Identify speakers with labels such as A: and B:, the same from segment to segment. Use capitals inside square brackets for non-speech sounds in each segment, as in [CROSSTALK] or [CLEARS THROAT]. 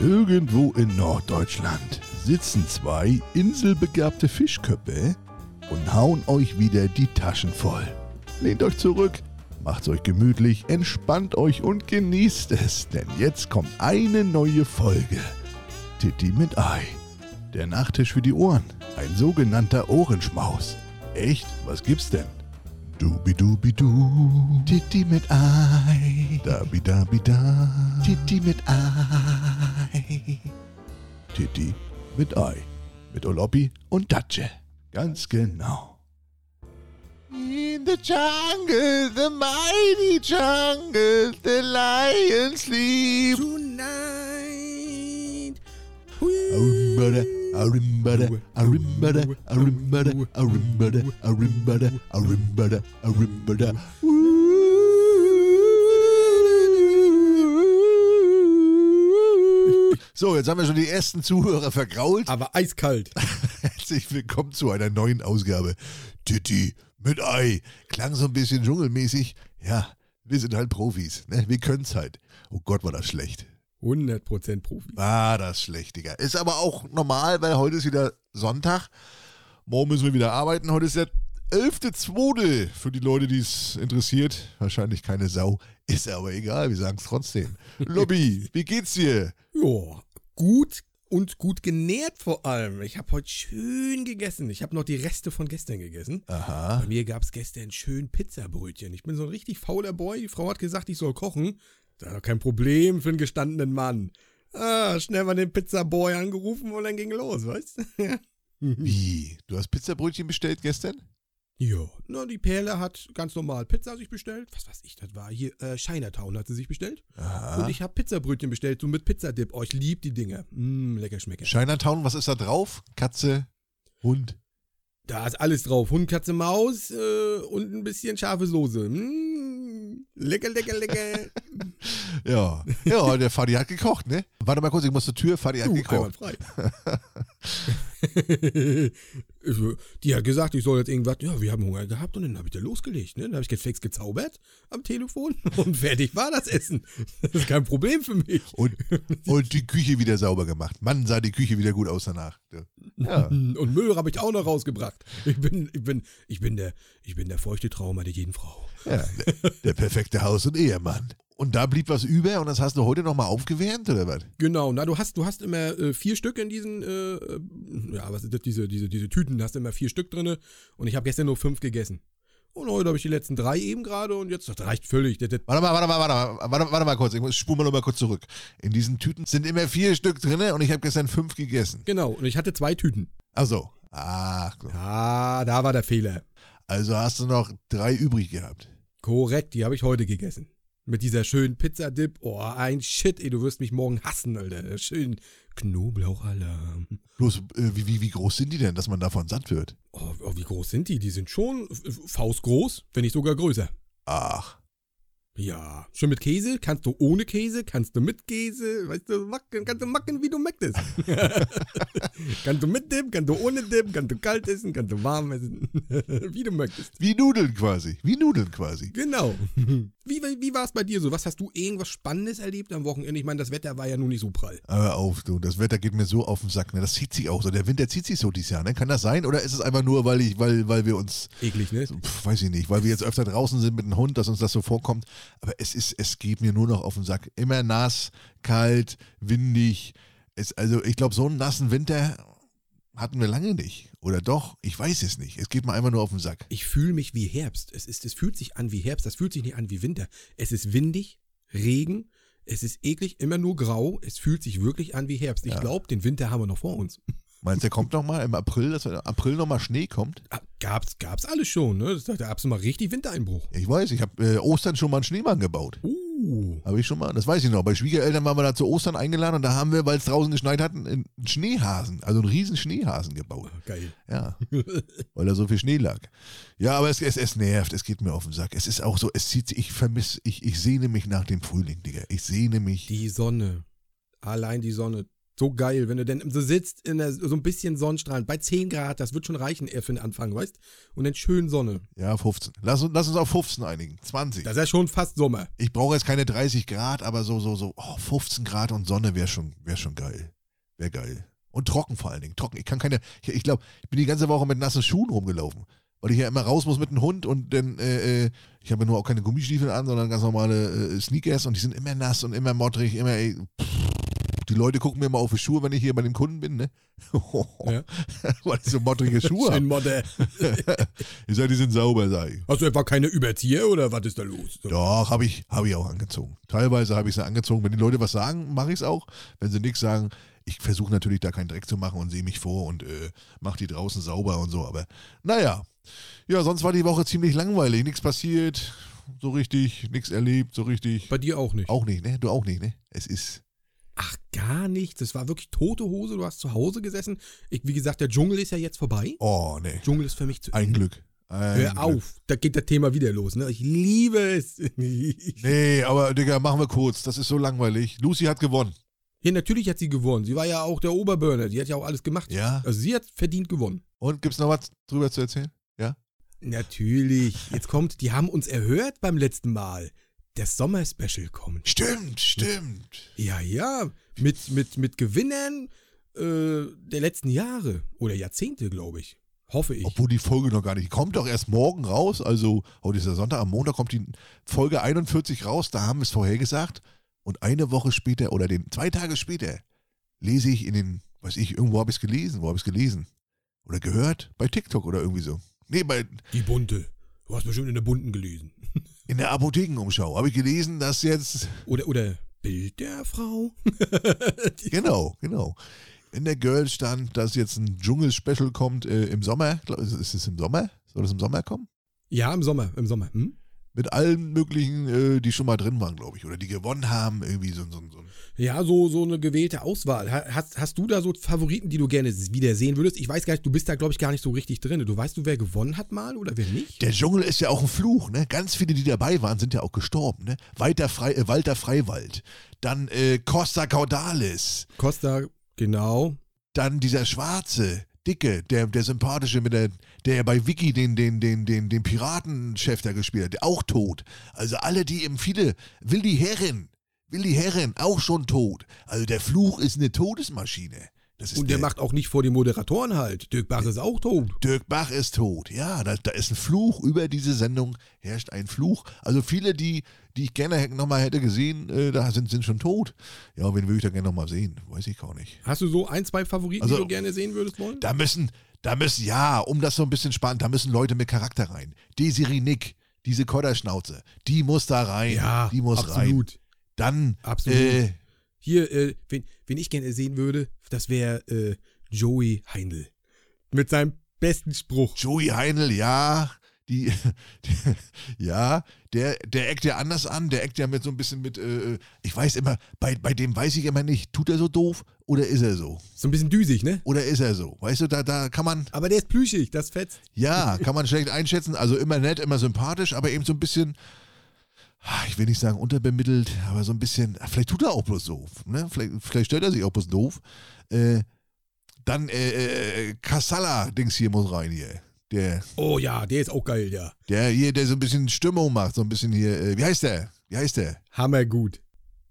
A: Irgendwo in Norddeutschland sitzen zwei inselbegabte Fischköppe und hauen euch wieder die Taschen voll. Lehnt euch zurück, macht's euch gemütlich, entspannt euch und genießt es, denn jetzt kommt eine neue Folge. Titti mit Ei. Der Nachtisch für die Ohren. Ein sogenannter Ohrenschmaus. Echt? Was gibt's denn? Dubidubidu.
B: Titti mit Ei.
A: Dabidabida.
B: Titti mit Ei.
A: Titti mit Ei. Mit Oloppi und Datsche. Ganz genau.
B: In the jungle, the mighty jungle, the lion sleep.
C: Tonight.
A: Arimbada, arimbada, arimbada, arimbada, arimbada, arimbada, arimbada, arimbada. So, jetzt haben wir schon die ersten Zuhörer vergrault.
C: Aber eiskalt.
A: Herzlich willkommen zu einer neuen Ausgabe. Titti mit Ei. Klang so ein bisschen dschungelmäßig. Ja, wir sind halt Profis. Ne? Wir können's halt. Oh Gott, war das schlecht.
C: 100% Profi.
A: War das schlecht, Digga. Ist aber auch normal, weil heute ist wieder Sonntag. Morgen müssen wir wieder arbeiten. Heute ist der 11.2. Für die Leute, die es interessiert. Wahrscheinlich keine Sau. Ist aber egal, wir sagen es [LAUGHS] trotzdem. Lobby, wie geht's dir?
C: Ja, gut und gut genährt vor allem. Ich habe heute schön gegessen. Ich habe noch die Reste von gestern gegessen. Bei
A: Aha.
C: mir gab es gestern schön Pizzabrötchen. Ich bin so ein richtig fauler Boy. Die Frau hat gesagt, ich soll kochen. Da kein Problem für einen gestandenen Mann. Ah, schnell mal den Pizzaboy angerufen und dann ging los, weißt du? [LAUGHS]
A: Wie? Du hast Pizzabrötchen bestellt gestern?
C: Ja, na, die Perle hat ganz normal Pizza sich bestellt. Was weiß ich, das war hier, äh, Chinatown hat sie sich bestellt.
A: Aha.
C: Und ich habe Pizzabrötchen bestellt, so mit Pizzadip. Oh, ich lieb die Dinger. Mm, lecker schmecken.
A: Chinatown, was ist da drauf? Katze, Hund.
C: Da ist alles drauf. Hund, Katze, Maus äh, und ein bisschen scharfe Soße. Mm, lecker, lecker, lecker.
A: Ja. Ja, der Fadi hat gekocht, ne? Warte mal kurz, ich muss zur Tür. Fadi hat
C: du,
A: gekocht.
C: einwandfrei. [LAUGHS] Ich- die hat gesagt, ich soll jetzt irgendwas. Ja, wir haben Hunger gehabt und dann habe ich da losgelegt. Ne? Dann habe ich geflext gezaubert am Telefon [LAUGHS] und fertig war das Essen. Das ist kein Problem für mich.
A: Und, und die Küche wieder sauber gemacht. Mann, sah die Küche wieder gut aus danach. Ja.
C: Mm, Und Müll habe ich auch noch rausgebracht. Ich bin, ich bin, ich bin der, ich bin der feuchte Trauma der jeden Frau.
A: Ja, der, der perfekte Haus- und Ehemann. Und da blieb was über und das hast du heute nochmal aufgewärmt, oder was?
C: Genau, na du hast, du hast immer äh, vier Stück in diesen, äh, äh, ja was ist das, diese, diese, diese Tüten, da hast du immer vier Stück drinne und ich habe gestern nur fünf gegessen. Und heute habe ich die letzten drei eben gerade und jetzt, das reicht völlig. Das, das,
A: Warte mal, warte mal, warte mal, warte, warte mal kurz. Ich muss- spul mal nochmal kurz zurück. In diesen Tüten sind immer vier Stück drin und ich habe gestern fünf gegessen.
C: genau, und ich hatte zwei Tüten.
A: Ach so. Ach, so.
C: Ah, da war der Fehler.
A: also hast du noch drei übrig gehabt.
C: Korrekt, die habe ich heute gegessen. Mit dieser schönen Pizzadip. Oh, ein Shit, ey, du wirst mich morgen hassen, Alter. Schön Knoblauchalarm.
A: Bloß, äh, wie, wie, wie groß sind die denn, dass man davon satt wird?
C: Oh, oh, wie groß sind die? Die sind schon f- f- faustgroß, wenn nicht sogar größer.
A: Ach,
C: Ja, schon mit Käse? Kannst du ohne Käse? Kannst du mit Käse? Weißt du, macken, kannst du macken, wie du möchtest. kannst du mit Dip, kannst du ohne Dip, kannst du kalt essen, kannst du warm essen, [LAUGHS] wie du möchtest.
A: wie Nudeln quasi. Wie Nudeln quasi.
C: Genau. Wie, wie wie war es bei dir so? Was hast du irgendwas Spannendes erlebt am Wochenende? Ich meine, das Wetter war ja nun nicht so prall.
A: Aber auf, du, das Wetter geht mir so auf den Sack, ne? Das zieht sich auch so. Der Winter zieht sich so dieses Jahr, ne? Kann das sein? Oder ist es einfach nur, weil ich, weil, weil wir uns
C: Eklig, ne?
A: Pff, weiß ich nicht, weil wir jetzt öfter draußen sind mit dem Hund, dass uns das so vorkommt. Aber es ist, es geht mir nur noch auf den Sack. Immer nass, kalt, windig. Es, also ich glaube, so einen nassen Winter hatten wir lange nicht. Oder doch? Ich weiß es nicht. Es geht mir einfach nur auf den Sack.
C: Ich fühle mich wie Herbst. Es, ist, es fühlt sich an wie Herbst. Das fühlt sich nicht an wie Winter. Es ist windig, Regen. Es ist eklig, immer nur grau. Es fühlt sich wirklich an wie Herbst. Ich
A: Ja.
C: glaube, den Winter haben wir noch vor uns.
A: Meinst du, der kommt nochmal im April, dass im April nochmal Schnee kommt?
C: Ah, Gab's, gab's alles schon, ne? Da gab's mal richtig Wintereinbruch.
A: Ich weiß, ich habe äh, Ostern schon mal einen Schneemann gebaut.
C: Uh.
A: Habe ich schon mal, das weiß ich noch. Bei Schwiegereltern waren wir da zu Ostern eingeladen und da haben wir, weil es draußen geschneit hat, einen Schneehasen, also einen riesen Schneehasen gebaut.
C: Geil.
A: Ja, weil da so viel Schnee lag. Ja, aber es, es, es nervt, es geht mir auf den Sack. Es ist auch so, es zieht sich, ich vermisse, ich, ich sehne mich nach dem Frühling, Digga. Ich sehne mich.
C: Die Sonne. Allein die Sonne. So geil, wenn du denn so sitzt, in der, so ein bisschen Sonnenstrahlen, bei 10 Grad, das wird schon reichen eher für den Anfang, weißt? Und dann schön Sonne.
A: Ja, 15. Lass, uns- lass uns auf 15 einigen. 20.
C: Das ist ja schon fast Sommer.
A: Ich brauche jetzt keine 30 Grad, aber so, so, so, oh, 15 Grad und Sonne wäre schon, wär schon geil. Wäre geil. Und trocken vor allen Dingen. Trocken. Ich kann keine, ich, ich glaube, ich bin die ganze Woche mit nassen Schuhen rumgelaufen. Weil ich ja immer raus muss mit dem Hund und dann, äh, äh, ich habe ja nur auch keine Gummistiefel an, sondern ganz normale äh, Sneakers und die sind immer nass und immer modrig, immer, ey, pff, die Leute gucken mir immer auf die Schuhe, wenn ich hier bei dem Kunden bin, ne? [LAUGHS]
C: Ja.
A: Weil ich so modrige Schuhe
C: [LAUGHS] Schön
A: habe.
C: Modder.
A: [LAUGHS] Ich sage, die sind sauber, sag ich.
C: Hast du etwa keine Überzieher oder was ist da los? So.
A: Doch, habe ich, hab ich auch angezogen. Teilweise habe ich sie angezogen. Wenn die Leute was sagen, mache ich es auch. Wenn sie nichts sagen, ich versuche natürlich da keinen Dreck zu machen und sehe mich vor und äh, mache die draußen sauber und so. Aber naja, ja, sonst war die Woche ziemlich langweilig. Nichts passiert, so richtig, nichts erlebt, so richtig.
C: Bei dir auch nicht.
A: Auch nicht, ne? Du auch nicht, ne? Es ist.
C: Ach, gar nichts. Das war wirklich tote Hose. Du hast zu Hause gesessen. Ich, wie gesagt, der Dschungel ist ja jetzt vorbei.
A: Oh, ne.
C: Dschungel ist für mich zu
A: Ein Glück. Ein
C: Hör
A: Glück.
C: auf, da geht das Thema wieder los. Ne? Ich liebe es. [LAUGHS] Hier,
A: Nee, aber Digga, machen wir kurz. Das ist so langweilig. Lucy hat gewonnen.
C: natürlich hat sie gewonnen. Sie war ja auch der Oberburner. Die hat ja auch alles gemacht.
A: Ja.
C: Also sie hat verdient gewonnen.
A: Und gibt's noch was drüber zu erzählen?
C: Natürlich. Jetzt kommt, die haben uns erhört beim letzten Mal. Das Sommerspecial kommt.
A: Stimmt, stimmt.
C: Ja, ja. Mit, mit, mit Gewinnern äh, der letzten Jahre oder Jahrzehnte, glaube ich. Hoffe ich.
A: Obwohl die Folge noch gar nicht. Die kommt doch erst morgen raus. Also, heute ist der Sonntag, am Montag kommt die Folge 41 raus. Da haben wir es vorhergesagt. Und eine Woche später oder den, zwei Tage später lese ich in den, weiß ich, irgendwo habe ich es gelesen. Wo habe ich es gelesen? Oder gehört? Bei TikTok oder irgendwie so. Nee, bei,
C: Die bunte. Du hast bestimmt in der bunten gelesen.
A: in der Apothekenumschau habe ich gelesen, dass jetzt,
C: Oder, oder Bild der Frau.
A: genau, genau. In der Girl stand, dass jetzt ein Dschungel-Special kommt äh, im Sommer. Glaub, Ist ist es im Sommer? Soll es im Sommer kommen?
C: ja, im Sommer, im Sommer. Hm?
A: mit allen möglichen, äh, die schon mal drin waren, glaube ich, oder die gewonnen haben, irgendwie so, so, so.
C: Ja, so, so eine gewählte Auswahl. Ha- Hast, hast du da so Favoriten, die du gerne s- wieder sehen würdest? Ich weiß gar nicht, du bist da, glaube ich, gar nicht so richtig drin. Du weißt du, wer gewonnen hat mal oder wer nicht?
A: Der Dschungel ist ja auch ein Fluch, ne? Ganz viele, die dabei waren, sind ja auch gestorben, ne? Walter, Frei, äh, Walter Freiwald, dann äh, Costa Caudalis,
C: Costa, genau.
A: dann dieser Schwarze, Dicke, der, der sympathische, mit der, der ja bei Vicky den, den, den, den, den Piratenchef da gespielt hat, der auch tot. Also alle, die eben viele, Willi Herren, Willi Herren, auch schon tot. Also der Fluch ist eine Todesmaschine. Das ist
C: Und der macht auch nicht vor den Moderatoren halt. Dirk Bach ist auch tot.
A: Dirk Bach ist tot. Ja, da, da ist ein Fluch über diese Sendung, herrscht ein Fluch. Also viele, die, die ich gerne nochmal hätte gesehen, äh, da sind, sind schon tot. Ja, wen würde ich da gerne nochmal sehen? Weiß ich gar nicht.
C: Hast du so ein, zwei Favoriten,
A: Also-
C: die du gerne sehen würdest wollen?
A: Da müssen, da müssen, ja, um das so ein bisschen spannend, da müssen Leute mit Charakter rein. Desiree Nick, diese Kodderschnauze, die muss da rein.
C: ja,
A: die muss rein.
C: absolut.
A: Dann,
C: Absolut.
A: äh,
C: Hier, äh, wen, wen ich gerne sehen würde, das wäre äh, Joey Heindl. Mit seinem besten Spruch.
A: Joey Heinl, ja, die, [LAUGHS] die ja, der, der eckt ja anders an, der eckt ja mit so ein bisschen mit, äh, ich weiß immer, bei, bei dem weiß ich immer nicht, tut er so doof oder ist er so?
C: So ein bisschen düsig, ne?
A: Oder ist er so? Weißt du, da, da kann man,
C: Aber der ist plüschig, das fetzt.
A: ja, kann man schlecht einschätzen, also immer nett, immer sympathisch, aber eben so ein bisschen, ah, ich will nicht sagen unterbemittelt, aber so ein bisschen, ah, vielleicht tut er auch bloß doof, ne? Vielleicht, vielleicht stellt er sich auch bloß doof. Äh, dann, äh, äh, Kassala-Dings hier muss rein hier. Der,
C: Oh ja, der ist auch geil, ja.
A: Der hier, der so ein bisschen Stimmung macht, so ein bisschen hier, äh, wie heißt der? Wie heißt der?
C: Hammergut.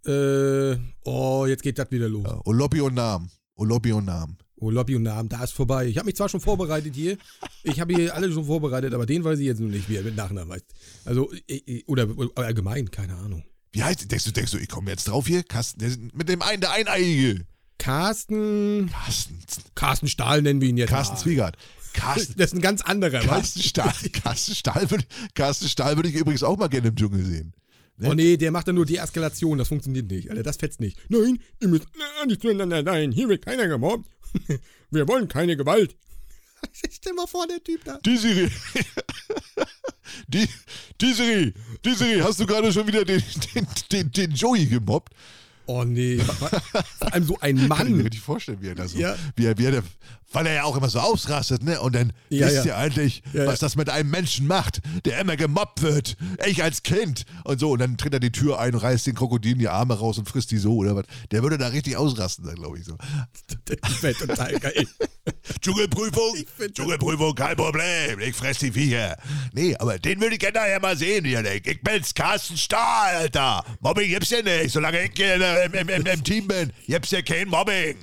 C: Äh, oh, jetzt geht das wieder los.
A: Ja, Olopi und Namen. Olopi und Namen.
C: Oh, Lobby und Namen, da ist vorbei. Ich habe mich zwar schon vorbereitet hier. Ich habe hier alle schon vorbereitet, aber den weiß ich jetzt noch nicht, wie er mit Nachnamen heißt. Also, ich- ich- oder oder allgemein, keine Ahnung.
A: Wie heißt Denkst du, denkst du, ich komme jetzt drauf hier? Carsten, der, mit dem einen, der Eineige.
C: Carsten.
A: Carsten,
C: Carsten Stahl nennen wir ihn jetzt.
A: Carsten
C: mal.
A: Zwiegard. Carsten,
C: [LAUGHS] Das ist ein ganz anderer, was?
A: Carsten Stahl, [LAUGHS] Carsten Stahl, würde, Carsten Stahl würde ich übrigens auch mal gerne im Dschungel sehen.
C: Oh nee, der macht dann nur Deeskalation, das funktioniert nicht. Alter, das fetzt nicht. Nein, ihr müsst na, nicht zueinander sein. Hier wird keiner gemobbt. [LAUGHS] Wir wollen keine Gewalt. [LAUGHS] Stell mal vor, der Typ da.
A: Desiree. [LAUGHS] Die, Desiree, Desiree, hast du gerade schon wieder den, den, den, den Joey gemobbt?
C: Oh nee, vor allem so
A: Kann
C: ein
A: ich mir
C: Mann.
A: richtig vorstellen, wie er da so,
C: Ja.
A: wie er, wie er, da- weil er ja auch immer so ausrastet, ne? Und dann
C: Ja,
A: wisst
C: ja.
A: ihr eigentlich,
C: Ja, ja.
A: was das mit einem Menschen macht, der immer gemobbt wird. Ich als Kind und so. Und dann tritt er die Tür ein, reißt den Krokodilen die Arme raus und frisst die so oder was. Der würde da richtig ausrasten, glaube ich so.
C: Das wäre total geil.
A: [LAUGHS] Dschungelprüfung,
C: find das-
A: Dschungelprüfung, kein Problem. Ich fress die Viecher. Nee, aber den würde ich gerne nachher mal sehen, hier. ne? Ich bin's, Carsten Stahl, Alter. Mobbing gibt's hier nicht. Solange ich hier äh, im, im, im, im Team bin, gibt's hier kein Mobbing.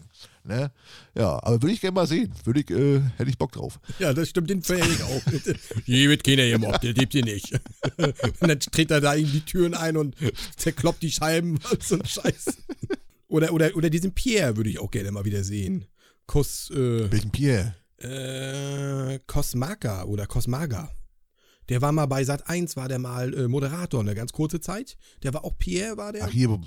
A: Ne? Ja, aber würde ich gerne mal sehen. Würde ich, äh, hätte ich Bock drauf.
C: Ja, das stimmt, den feier ich auch. Hier wird keiner gemobbt, der lebt hier nicht. [LAUGHS] Und dann tritt er da in die Türen ein und zerkloppt die Scheiben [LAUGHS] und so ein Scheiß. Oder, oder, oder diesen Pierre würde ich auch gerne mal wieder sehen. Kos, äh,
A: Welchen Pierre?
C: äh, Kosmaka oder Kosmaga. Der war mal bei Sat 1, war der mal äh, Moderator, eine ganz kurze Zeit. Der war auch Pierre, war der?
A: Ach, hier.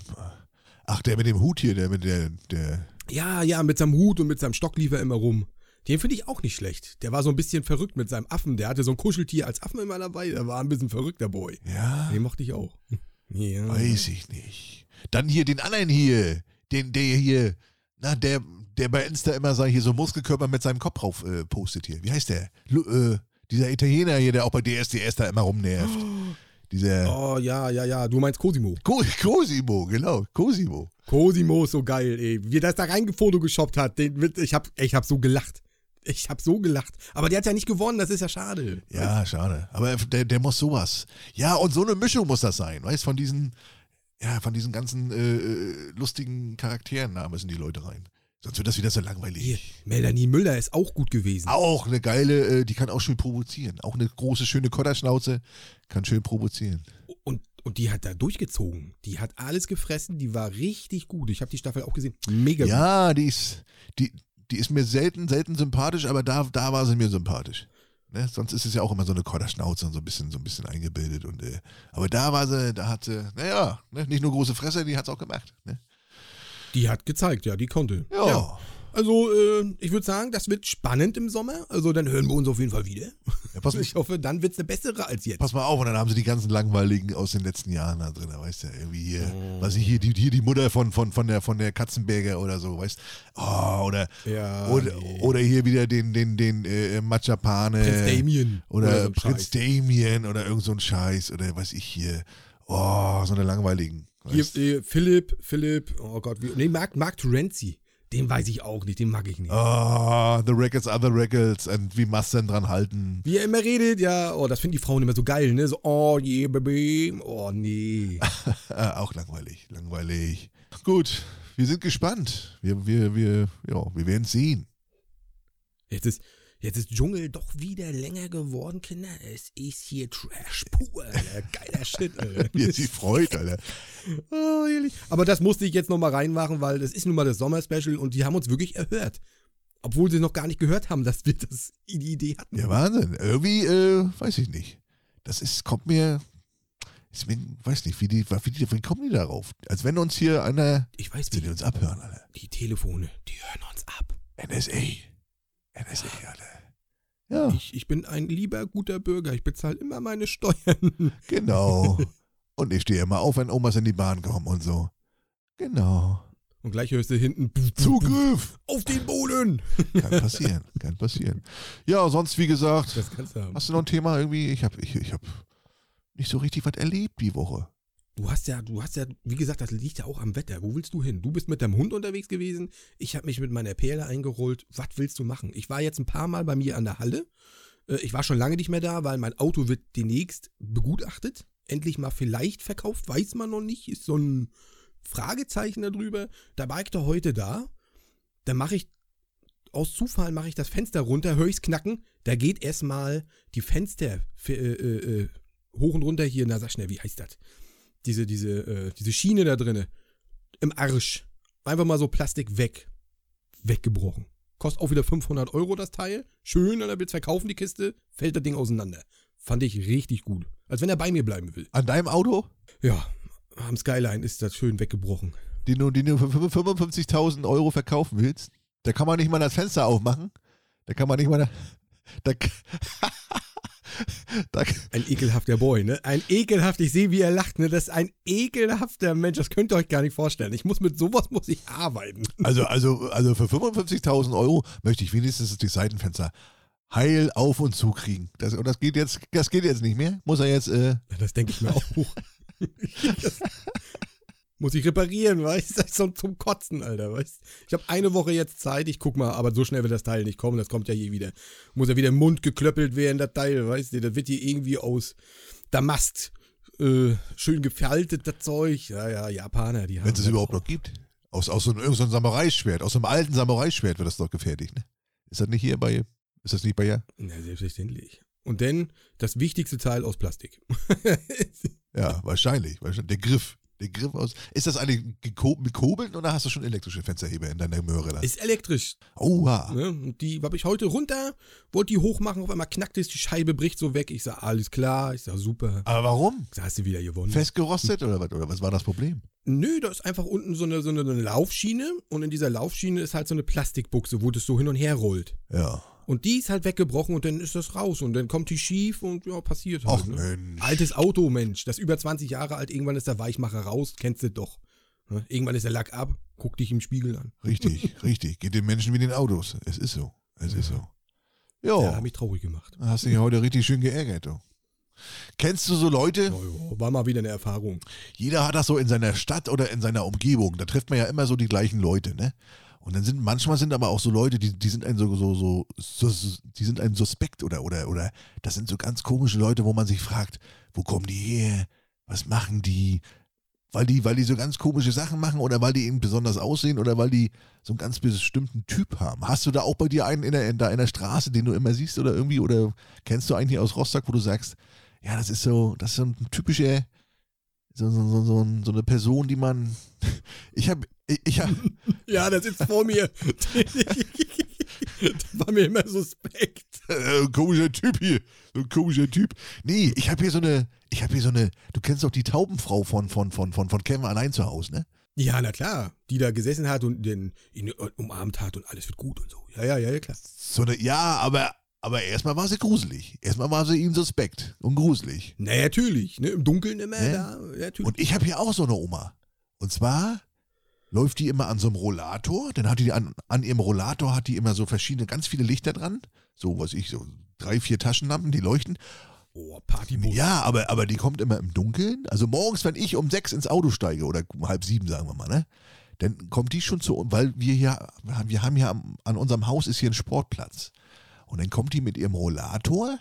A: Ach, der mit dem Hut hier, der mit der. der
C: Ja, ja, mit seinem Hut und mit seinem Stock lief er immer rum. Den finde ich auch nicht schlecht. Der war so ein bisschen verrückt mit seinem Affen. Der hatte so ein Kuscheltier als Affen immer dabei. Der war ein bisschen verrückter Boy.
A: ja, Ah,
C: Den mochte ich auch. [LAUGHS] Ja.
A: weiß ich nicht. Dann hier den anderen hier. Den, der hier. Na, der, der bei Insta immer sei hier so Muskelkörper mit seinem Kopf drauf äh, postet hier. Wie heißt der? Lu, äh, dieser Italiener hier, der auch bei DSDS da immer
C: [GASPS]
A: rumnervt. Dieser.
C: Oh, ja, ja, ja. Du meinst Cosimo.
A: Co Cosimo, genau. Cosimo.
C: Cosimo ist so geil, ey. Wie er das da rein geshoppt hat. Den, mit- ich, hab, ich hab so gelacht. Ich hab so gelacht. Aber der hat ja nicht gewonnen. Das ist ja schade.
A: Ja, schade. Aber der, der muss sowas. Ja, und so eine Mischung muss das sein, weißt von diesen, ja, von diesen ganzen äh, äh, lustigen Charakteren da müssen die Leute rein. Sonst wird das wieder so langweilig.
C: Hier, Melanie Müller ist auch gut gewesen.
A: Auch eine geile, äh, die kann auch schön provozieren. Auch eine große, schöne Kodderschnauze kann schön provozieren.
C: Und, und die hat da durchgezogen. Die hat alles gefressen. Die war richtig gut. Ich habe die Staffel auch gesehen. Mega gut.
A: Ja, die ist, die, die ist mir selten, selten sympathisch, aber da, da war sie mir sympathisch. Ne? Sonst ist es ja auch immer so eine Kodderschnauze und so ein bisschen, so ein bisschen eingebildet. Und, äh, aber da war sie, da hat sie, naja, ne? nicht nur große Fresse, die hat es auch gemacht. Ne?
C: Die hat gezeigt, ja, die konnte.
A: Ja.
C: Also, äh, ich würde sagen, das wird spannend im Sommer. Also, dann hören wir uns auf jeden Fall wieder.
A: ja pass,
C: Ich hoffe, dann wird's eine bessere als jetzt.
A: pass mal auf, und dann haben sie die ganzen langweiligen aus den letzten Jahren da drin, weißt du, irgendwie hier,
C: Oh.
A: weiß ich, hier die, hier die Mutter von, von, von, der, von der Katzenberger oder so, weißt du, oh, oder,
C: Ja,
A: oder,
C: Ah, nee.
A: oder hier wieder den, den, den äh, Machapane
C: Prinz Damien
A: äh,
C: Äh,
A: oder,
C: oder so ein
A: Prinz
C: Scheiß.
A: Damien oder irgend so ein Scheiß oder weiß ich hier, oh, so eine langweiligen,
C: Hier,
A: weißt du.
C: äh, Philipp, Philipp, oh Gott, wie, nee, Mark, Mark Terenzi. Den weiß ich auch nicht, den mag ich nicht.
A: Oh, the records are the records and wie must denn dran halten? [LAUGHS]
C: Wie er immer redet, ja, oh, das finden die Frauen immer so geil, ne? So, oh, yeah, baby, oh,
A: [LAUGHS]
C: nee.
A: Äh, auch langweilig, langweilig. Gut, wir sind gespannt. Wir, wir, wir, ja, wir werden sehen.
C: Jetzt ist, jetzt ist Dschungel doch wieder länger geworden, Kinder. Es ist hier Trash pur, Alter. Geiler Shit, Alter.
A: Wie er
C: [LAUGHS]
A: sich freut, Alter.
C: Oh, ehrlich. Aber das musste ich jetzt nochmal reinmachen, weil das ist nun mal das Sommerspecial und die haben uns wirklich erhört. Obwohl sie noch gar nicht gehört haben, dass wir das, [LAUGHS] die Idee hatten.
A: Ja, Wahnsinn. Irgendwie, äh, weiß ich nicht. Das ist, kommt mir, ist mir weiß nicht, wie, die, wie, die, wie kommen die darauf? Als wenn uns hier einer,
C: Ich weiß
A: die
C: nicht.
A: uns abhören, Alter.
C: Die Telefone, die hören uns ab.
A: NSA. NSA, Alter. Ja,
C: Ich, ich bin ein lieber, guter Bürger. Ich bezahle immer meine Steuern.
A: genau. Und ich stehe immer auf, wenn Omas in die Bahn kommen und so. Genau.
C: Und gleich hörst du hinten
A: Zugriff!
C: auf den Boden.
A: Kann passieren, kann passieren. Ja, sonst, wie gesagt,
C: Das kannst du haben.
A: Hast du noch ein Thema irgendwie? Ich habe ich, ich hab nicht so richtig was erlebt die Woche.
C: Du hast ja, du hast ja, wie gesagt, das liegt ja auch am Wetter. Wo willst du hin? Du bist mit deinem Hund unterwegs gewesen. Ich habe mich mit meiner Perle eingerollt. Was willst du machen? Ich war jetzt ein paar Mal bei mir an der Halle. Äh, Ich war schon lange nicht mehr da, weil mein Auto wird demnächst begutachtet. Endlich mal vielleicht verkauft, weiß man noch nicht. Ist so ein Fragezeichen darüber. Da war ich doch heute da. Da mache ich, aus Zufall mache ich das Fenster runter, höre ich's knacken. Da geht erstmal die Fenster äh, äh, äh, hoch und runter hier. Na, sag schnell, wie heißt das? diese, diese, äh, diese Schiene da drinne im Arsch. Einfach mal so Plastik weg. Weggebrochen. Kostet auch wieder 500 Euro das Teil. Schön, und dann wird's verkaufen, die Kiste. Fällt das Ding auseinander. Fand ich richtig gut. Als wenn er bei mir bleiben will.
A: An deinem Auto?
C: Ja, am Skyline ist das schön weggebrochen.
A: Den du, den du für 55.000 Euro verkaufen willst? Da kann man nicht mal das Fenster aufmachen. Da kann man nicht mal. Da, da, [LAUGHS] Da,
C: Ein ekelhafter Boy, ne? Ein ekelhaft, ich sehe, wie er lacht, ne? Das ist ein ekelhafter Mensch, das könnt ihr euch gar nicht vorstellen. Ich muss mit sowas muss ich arbeiten.
A: also, also, also für 55.000 Euro möchte ich wenigstens die Seitenfenster heil auf und zu kriegen. Das, und das geht jetzt, das geht jetzt nicht mehr. Muss er jetzt, äh,
C: Das denke ich
A: [LAUGHS]
C: mir auch. das muss ich reparieren, weißt du? Zum, zum Kotzen, Alter, weißt du? Ich habe eine Woche jetzt Zeit, ich guck mal, aber so schnell wird das Teil nicht kommen, das kommt ja hier wieder. Muss ja wieder im Mund geklöppelt werden, das Teil, weißt du? Das wird hier irgendwie aus Damast äh, schön gefaltet, das Zeug. Ja, ja, Japaner, die haben.
A: wenn es es
C: das
A: überhaupt
C: auch.
A: noch gibt. Aus, aus so einem, irgend so einem Samurai-Schwert, aus so einem alten Samurai-Schwert wird das doch gefertigt, ne? Ist das nicht hier bei, ist das nicht bei, ja?
C: Na, selbstverständlich. Und dann das wichtigste Teil aus Plastik. [LAUGHS]
A: Ja, wahrscheinlich, wahrscheinlich. Der Griff. Der Griff aus. Ist das eigentlich geko- mit Kurbeln oder hast du schon elektrische Fensterheber in deiner Möhre? da?
C: ist elektrisch.
A: Oha.
C: Ne? Und die habe ich heute runter, wollte die hochmachen, auf einmal knackt es, die Scheibe bricht so weg. Ich sag, alles klar, ich sag, super.
A: Aber warum?
C: Da hast du wieder gewonnen.
A: Festgerostet oder was? Oder was war das Problem?
C: Nö, da ist einfach unten so eine, so eine, so eine Laufschiene und in dieser Laufschiene ist halt so eine Plastikbuchse, wo das so hin und her rollt.
A: Ja.
C: Und die ist halt weggebrochen und dann ist das raus und dann kommt die schief und ja, passiert halt.
A: Ach
C: ne?
A: Mensch.
C: Altes Auto, Mensch. Das ist über 20 Jahre alt. Irgendwann ist der Weichmacher raus. Kennst du doch. Ne? Irgendwann ist der Lack ab. Guck dich im Spiegel an.
A: Richtig, richtig. Geht den Menschen wie den Autos. Es ist so. Es ist so.
C: Oh.
A: Jo.
C: Der hat mich traurig gemacht.
A: hast dich heute richtig schön geärgert, du. Kennst du so Leute?
C: Oh, War mal wieder eine Erfahrung.
A: Jeder hat das so in seiner Stadt oder in seiner Umgebung. Da trifft man ja immer so die gleichen Leute, ne? Und dann sind manchmal sind aber auch so Leute, die, die sind ein so, so, so, so die sind ein Suspekt oder oder oder das sind so ganz komische Leute, wo man sich fragt, wo kommen die her? Was machen die? Weil die, weil die so ganz komische Sachen machen oder weil die eben besonders aussehen oder weil die so einen ganz bestimmten Typ haben. Hast du da auch bei dir einen in der, in der, in der Straße, den du immer siehst oder irgendwie oder kennst du einen hier aus Rostock, wo du sagst, ja, das ist so, das ist so ein typischer, so, so, so, so, ein- so eine Person, die man. [LAUGHS] Ich habe. Ich, ich hab, [LAUGHS]
C: Ja, das ist vor mir. das war mir immer suspekt.
A: äh, komischer Typ hier. So ein komischer Typ. Nee, ich habe hier so eine. Ich habe hier so eine. Du kennst doch die Taubenfrau von, von, von, von, von Kevin allein zu Hause, ne?
C: Ja, na klar. Die da gesessen hat und den ihn umarmt hat und alles wird gut und so. Ja, ja, ja, ja, klar.
A: So eine. Ja, aber. Aber erstmal war sie gruselig. Erstmal war sie ihm suspekt und gruselig.
C: Na, natürlich. Ne? Im Dunkeln immer
A: Ja.
C: da. Natürlich.
A: Und ich habe hier auch so eine Oma. Und zwar läuft die immer an so einem Rollator. Dann hat die an, an ihrem Rollator hat die immer so verschiedene, ganz viele Lichter dran. So, was ich, so drei, vier Taschenlampen, die leuchten.
C: oh, Partybus.
A: Ja, aber, aber die kommt immer im Dunkeln. Also morgens, wenn ich um sechs ins Auto steige oder um halb sieben, sagen wir mal, ne? Dann kommt die schon zu, uns, weil wir hier, wir haben hier am, an unserem Haus ist hier ein Sportplatz. Und dann kommt die mit ihrem Rollator,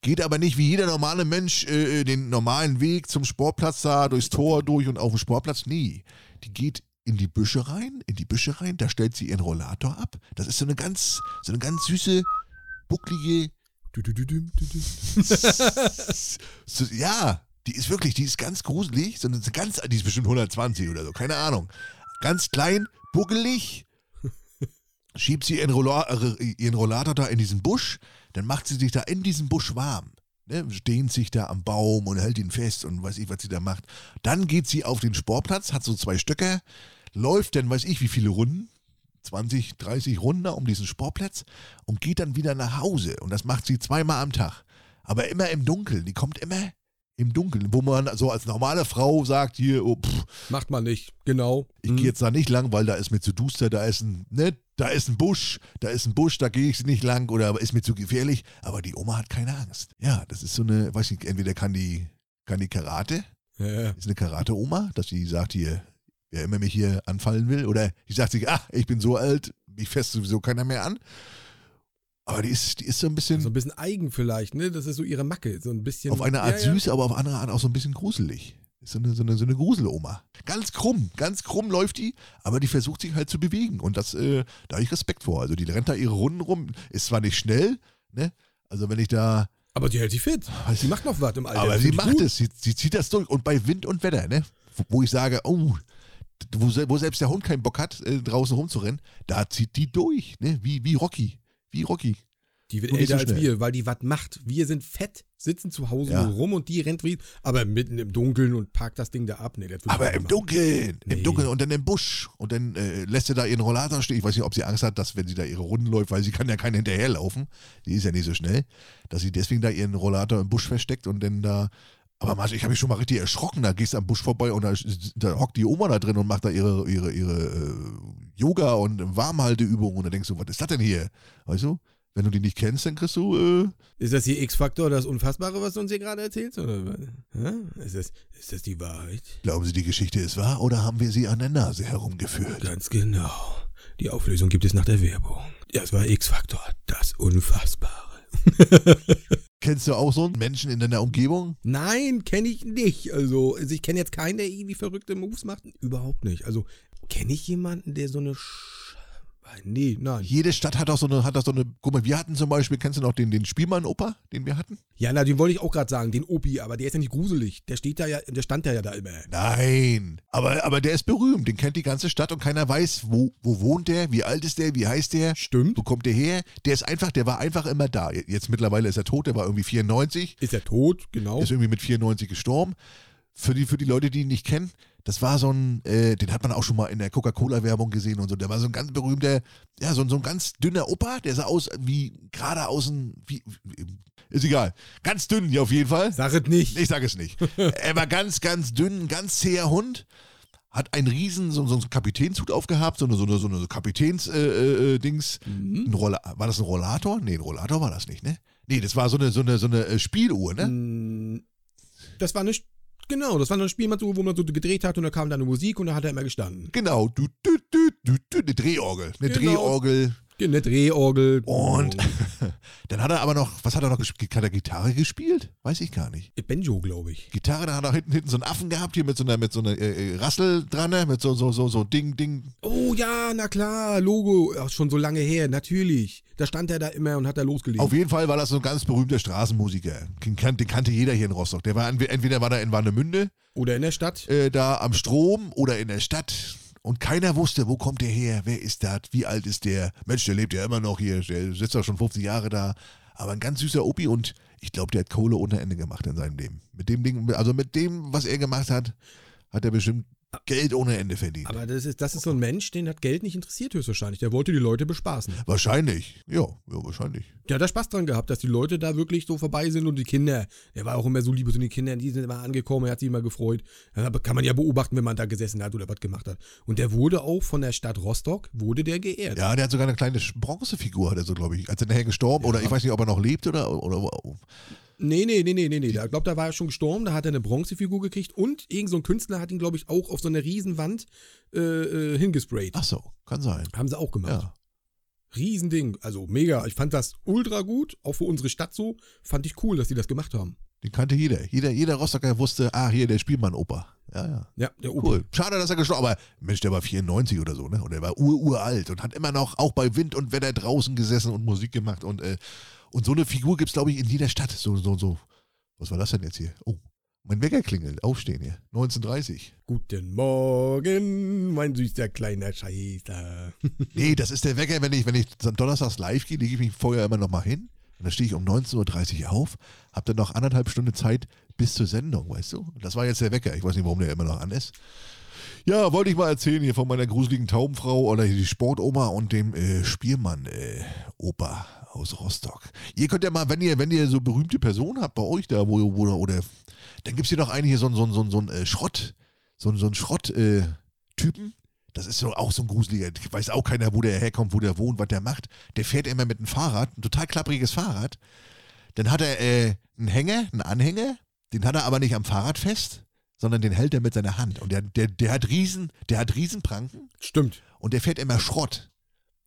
A: geht aber nicht wie jeder normale Mensch äh, den normalen Weg zum Sportplatz da, durchs Tor durch und auf den Sportplatz. Nee, die geht in die Büsche rein, in die Büsche rein, da stellt sie ihren Rollator ab. Das ist so eine ganz, so eine ganz süße, bucklige,
C: Du, du, du, du, du, du.
A: so, ja, die ist wirklich, die ist ganz gruselig, sondern ist ganz, die ist bestimmt 120 oder so, keine Ahnung. Ganz klein, buckelig. Schiebt sie ihren, Rolla- äh, ihren Rollator da in diesen Busch, dann macht sie sich da in diesem Busch warm. Ne, dehnt sich da am Baum und hält ihn fest und weiß ich, was sie da macht. Dann geht sie auf den Sportplatz, hat so zwei Stöcker, läuft dann weiß ich wie viele Runden, 20, 30 Runden da um diesen Sportplatz und geht dann wieder nach Hause. Und das macht sie zweimal am Tag. Aber immer im Dunkeln. Die kommt immer im Dunkeln, wo man so als normale Frau sagt, hier, oh, pff,
C: Macht man nicht. Genau.
A: ich
C: Hm.
A: gehe jetzt da nicht lang, weil da ist mir zu duster, da ist ein, ne, da ist ein Busch, da ist ein Busch, da gehe ich nicht lang oder ist mir zu gefährlich. Aber die Oma hat keine Angst. Ja, das ist so eine, weiß nicht, entweder kann die, kann die Karate,
C: Ja, ja.
A: ist eine Karate-Oma, dass sie sagt hier, wer immer mich hier anfallen will, oder die sagt sich, ach, ich bin so alt, mich fässt sowieso keiner mehr an. Aber die ist, die ist so ein bisschen
C: So Also ein bisschen eigen vielleicht, ne? Das ist so ihre Macke. So ein bisschen.
A: auf eine Art
C: ja, ja.
A: süß, aber auf andere Art auch so ein bisschen gruselig. Ist so eine, so eine, so eine Gruseloma. Ganz krumm, ganz krumm läuft die, aber die versucht sich halt zu bewegen. Und das, äh, da habe ich Respekt vor. Also die rennt da ihre Runden rum, ist zwar nicht schnell, ne? Also wenn ich da.
C: Aber die hält sich fit. Sie macht noch was im Alter.
A: Aber
C: Das
A: sie
C: find ich
A: macht
C: gut.
A: es, sie, sie zieht das durch. Und bei Wind und Wetter, ne? Wo, wo ich sage, oh, wo, se- wo selbst der Hund keinen Bock hat, äh, draußen rumzurennen, da zieht die durch, ne? Wie, wie Rocky. Wie Rocky.
C: Die wird
A: Nur nicht
C: älter
A: so
C: als
A: schnell.
C: wir, weil die was macht. Wir sind fett, sitzen zu Hause
A: Ja.
C: nur rum und die rennt wie, aber mitten im Dunkeln und parkt das Ding da ab. Nee, das würd ich
A: Aber
C: nicht
A: im
C: machen.
A: Dunkeln,
C: Nee.
A: im Dunkeln und dann im Busch. Und dann äh, lässt sie da ihren Rollator stehen. Ich weiß nicht, ob sie Angst hat, dass wenn sie da ihre Runden läuft, weil sie kann ja keinen hinterherlaufen, die ist ja nicht so schnell, dass sie deswegen da ihren Rollator im Busch versteckt und dann da. Aber Marsch, ich habe mich schon mal richtig erschrocken. Da gehst du am Busch vorbei und da, da hockt die Oma da drin und macht da ihre, ihre, ihre äh, Yoga- und Warmhalteübungen. Und da denkst du, was ist das denn hier? Weißt du? Wenn du die nicht kennst, dann kriegst du. Äh,
C: Ist das hier X-Faktor, das Unfassbare, was du uns hier gerade erzählst? Oder? was? Hä? Ist, das, ist das die Wahrheit?
A: glauben Sie, die Geschichte ist wahr oder haben wir sie an der Nase herumgeführt?
C: Ganz genau. Die Auflösung gibt es nach der Werbung. Das war X-Faktor, das Unfassbare.
A: Kennst du auch so einen Menschen in deiner Umgebung?
C: Nein, kenne ich nicht. Also, also ich kenne jetzt keinen, der irgendwie verrückte Moves macht. Überhaupt nicht. Also, kenne ich jemanden, der so eine Sch Nee, nein.
A: Jede Stadt hat auch so eine, hat auch so eine, guck mal, wir hatten zum Beispiel, kennst du noch den, den Spielmann-Opa, den wir hatten?
C: Ja, na, den wollte ich auch gerade sagen, den Opi, aber der ist ja nicht gruselig. Der steht da ja, der stand da ja da immer.
A: Nein, aber, aber der ist berühmt, den kennt die ganze Stadt und keiner weiß, wo, wo wohnt der, wie alt ist der, wie heißt der,
C: Stimmt.
A: wo kommt der her? Der ist einfach, der war einfach immer da. Jetzt mittlerweile ist er tot, der war irgendwie 94,
C: Ist er tot, genau.
A: ist irgendwie mit 94 gestorben. Für die, für die Leute, die ihn nicht kennen, das war so ein, äh, den hat man auch schon mal in der Coca-Cola-Werbung gesehen und so. Der war so ein ganz berühmter, ja, so, ein- so ein ganz dünner Opa, der sah aus wie gerade außen, wie, wie, ist egal. Ganz dünn, ja, auf jeden Fall.
C: Sag es nicht.
A: Ich sag es nicht. er war ganz, ganz dünn, ein ganz zäher Hund. Hat einen riesen, so, so einen Kapitänshut aufgehabt, so eine, so eine, so eine Kapitäns-Dings. Äh, äh, Dings. Ein Rolla- war das ein Rollator? Nee, ein Rollator war das nicht, ne? Nee, das war so eine, so eine, so eine äh, Spieluhr, ne?
C: Mm, Das war eine, Sch- genau, das war eine Spielmannsuhr, wo man so gedreht hat und da kam dann eine Musik und da hat er immer gestanden.
A: Genau. Du, du, du, du, du, eine Drehorgel. Eine
C: Genau.
A: Drehorgel.
C: Eine Drehorgel.
A: Und [LAUGHS] dann hat er aber noch, was hat er noch gespielt? Hat er Gitarre gespielt? Weiß ich gar nicht.
C: Äh, Benjo, glaube ich.
A: Gitarre, da hat er hinten, hinten so einen Affen gehabt, hier mit so einer, mit so einer äh, äh, Rassel dran, ne? mit so, so, so, so Ding, Ding.
C: Oh ja, na klar, Logo. Ach, schon so lange her, natürlich. Da stand er da immer und hat da losgelegt.
A: Auf jeden Fall war das so ein ganz berühmter Straßenmusiker. Den kannte, den kannte jeder hier in Rostock. Der war entwe- entweder war er in Warnemünde,
C: Oder in der Stadt.
A: äh, da am Strom oder in der Stadt. Und keiner wusste, wo kommt der her, wer ist das, wie alt ist der. Mensch, der lebt ja immer noch hier, der sitzt ja schon 50 Jahre da. Aber ein ganz süßer Opi und ich glaube, der hat Kohle ohne Ende gemacht in seinem Leben. Mit dem Ding, also mit dem, was er gemacht hat, hat er bestimmt Geld ohne Ende verdient.
C: Aber das ist, das ist so ein Mensch, den hat Geld nicht interessiert höchstwahrscheinlich. Der wollte die Leute bespaßen.
A: wahrscheinlich. Ja, ja, wahrscheinlich.
C: Der hat da Spaß dran gehabt, dass die Leute da wirklich so vorbei sind und die Kinder. Der war auch immer so lieb zu den Kindern, die sind immer angekommen, er hat sich immer gefreut. Ja, aber kann man ja beobachten, wenn man da gesessen hat oder was gemacht hat. Und der wurde auch von der Stadt Rostock, wurde der geehrt.
A: Ja, der hat sogar eine kleine Sch- Bronzefigur, hat er so, glaube ich. Als er nachher gestorben oder ich weiß nicht, ob er noch lebt oder. oder
C: Nee, nee, nee, nee, nee, nee. Ich glaube, da war er schon gestorben, da hat er eine Bronzefigur gekriegt und irgend so ein Künstler hat ihn, glaube ich, auch auf so eine Riesenwand äh, äh, hingesprayt.
A: ach so, kann sein.
C: Haben sie auch gemacht.
A: Ja.
C: Riesending. Also mega. Ich fand das ultra gut, auch für unsere Stadt so. Fand ich cool, dass die das gemacht haben.
A: Den kannte jeder. Jeder, jeder Rostocker wusste, ah, hier der Spielmann-Opa. Ja, ja.
C: Ja, der Opa.
A: Cool. Schade, dass er gestorben Aber Mensch, der war 94 oder so, ne? Und er war ur- uralt und hat immer noch auch bei Wind und Wetter draußen gesessen und Musik gemacht. Und, äh, und so eine Figur gibt's glaube ich, in jeder Stadt. So, so, so. Was war das denn jetzt hier? Oh, mein Wecker klingelt. Aufstehen hier. 1930.
C: Guten Morgen, mein süßer kleiner Scheißer.
A: Nee, das ist der Wecker, wenn ich, wenn ich am Donnerstags live gehe, lege ich mich vorher immer noch mal hin. Und dann stehe ich um 19.30 Uhr auf, habe dann noch anderthalb Stunden Zeit bis zur Sendung, weißt du? Und das war jetzt der Wecker. Ich weiß nicht, warum der immer noch an ist. Ja, wollte ich mal erzählen hier von meiner gruseligen Taubenfrau oder die Sportoma und dem äh, Spielmann-Opa aus Rostock. Ihr könnt ja mal, wenn ihr, wenn ihr so berühmte Personen habt bei euch da, wo, wo oder dann gibt es hier noch einen hier, so, ein- so, ein- so, ein- so ein äh, Schrott, so, ein- äh, so ein Schrott-Typen. das ist so, auch so ein gruseliger, weiß auch keiner, wo der herkommt, wo der wohnt, was der macht. Der fährt immer mit einem Fahrrad, ein total klappriges Fahrrad. Dann hat er äh, einen Hänger, einen Anhänger, den hat er aber nicht am Fahrrad fest, sondern den hält er mit seiner Hand. Und der, der, der hat riesen, der hat Riesenpranken
C: Stimmt.
A: und der fährt immer Schrott.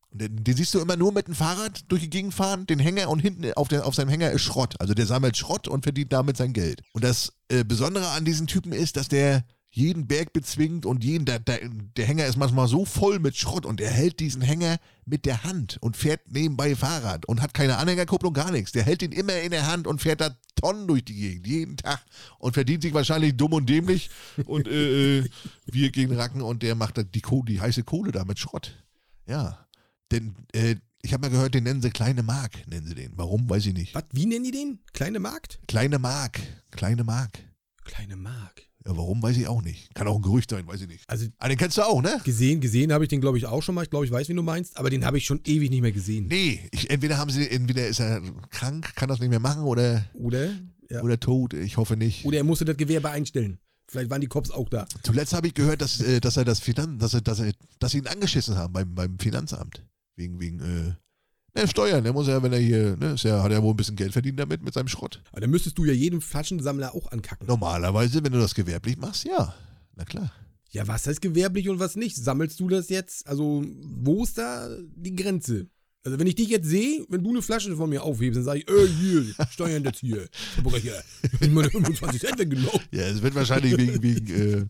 A: Und den, den siehst du immer nur mit dem Fahrrad durch die Gegend fahren, den Hänger und hinten auf, der, auf seinem Hänger ist Schrott. Also der sammelt Schrott und verdient damit sein Geld. Und das äh, Besondere an diesem Typen ist, dass der jeden Berg bezwingt und jeden, der, der, der Hänger ist manchmal so voll mit Schrott und er hält diesen Hänger mit der Hand und fährt nebenbei Fahrrad und hat keine Anhängerkupplung, gar nichts. Der hält ihn immer in der Hand und fährt da Tonnen durch die Gegend, jeden Tag und verdient sich wahrscheinlich dumm und dämlich und äh, äh, wir gegen Racken und der macht dann die, Koh die heiße Kohle da mit Schrott. Ja, denn äh, Ich habe mal gehört, den nennen sie Kleine Mark, nennen sie den. Warum, weiß ich nicht.
C: Was, wie nennen die den? Kleine Markt?
A: Kleine Mark, Kleine Mark.
C: Kleine Mark.
A: Ja, warum, weiß ich auch nicht. Kann auch ein Gerücht sein, weiß ich nicht.
C: Also
A: Ah, den kennst du auch, ne?
C: gesehen, gesehen habe ich den, glaube ich, auch schon mal. Ich glaube, ich weiß, wen du meinst, aber den habe ich schon ewig nicht mehr gesehen.
A: Nee, ich, entweder haben sie, entweder ist er krank, kann das nicht mehr machen oder,
C: Oder? Ja.
A: oder tot. Ich hoffe nicht.
C: Oder er musste das Gewerbe einstellen. Vielleicht waren die Cops auch da.
A: Zuletzt habe ich gehört, dass, äh, dass er das Finanz, dass er, dass er, dass sie ihn angeschissen haben beim, beim Finanzamt. Wegen, wegen, äh, ne, Steuern. Der muss ja, wenn er hier, ne, ist ja, hat er wohl ein bisschen Geld verdient damit, mit seinem Schrott.
C: Aber dann müsstest du ja jeden Flaschensammler auch ankacken.
A: Normalerweise, wenn du das gewerblich machst, ja. Na klar.
C: Ja, was heißt gewerblich und was nicht? Sammelst du das jetzt? Also, wo ist da die Grenze? Also, wenn ich dich jetzt sehe, wenn du eine Flasche von mir aufhebst, dann sage ich, äh, hier, steuern das hier. Ich hab ja, ich hab meine 25 Cent weggenommen.
A: Ja, es wird wahrscheinlich
C: [LAUGHS]
A: wegen, wegen, äh,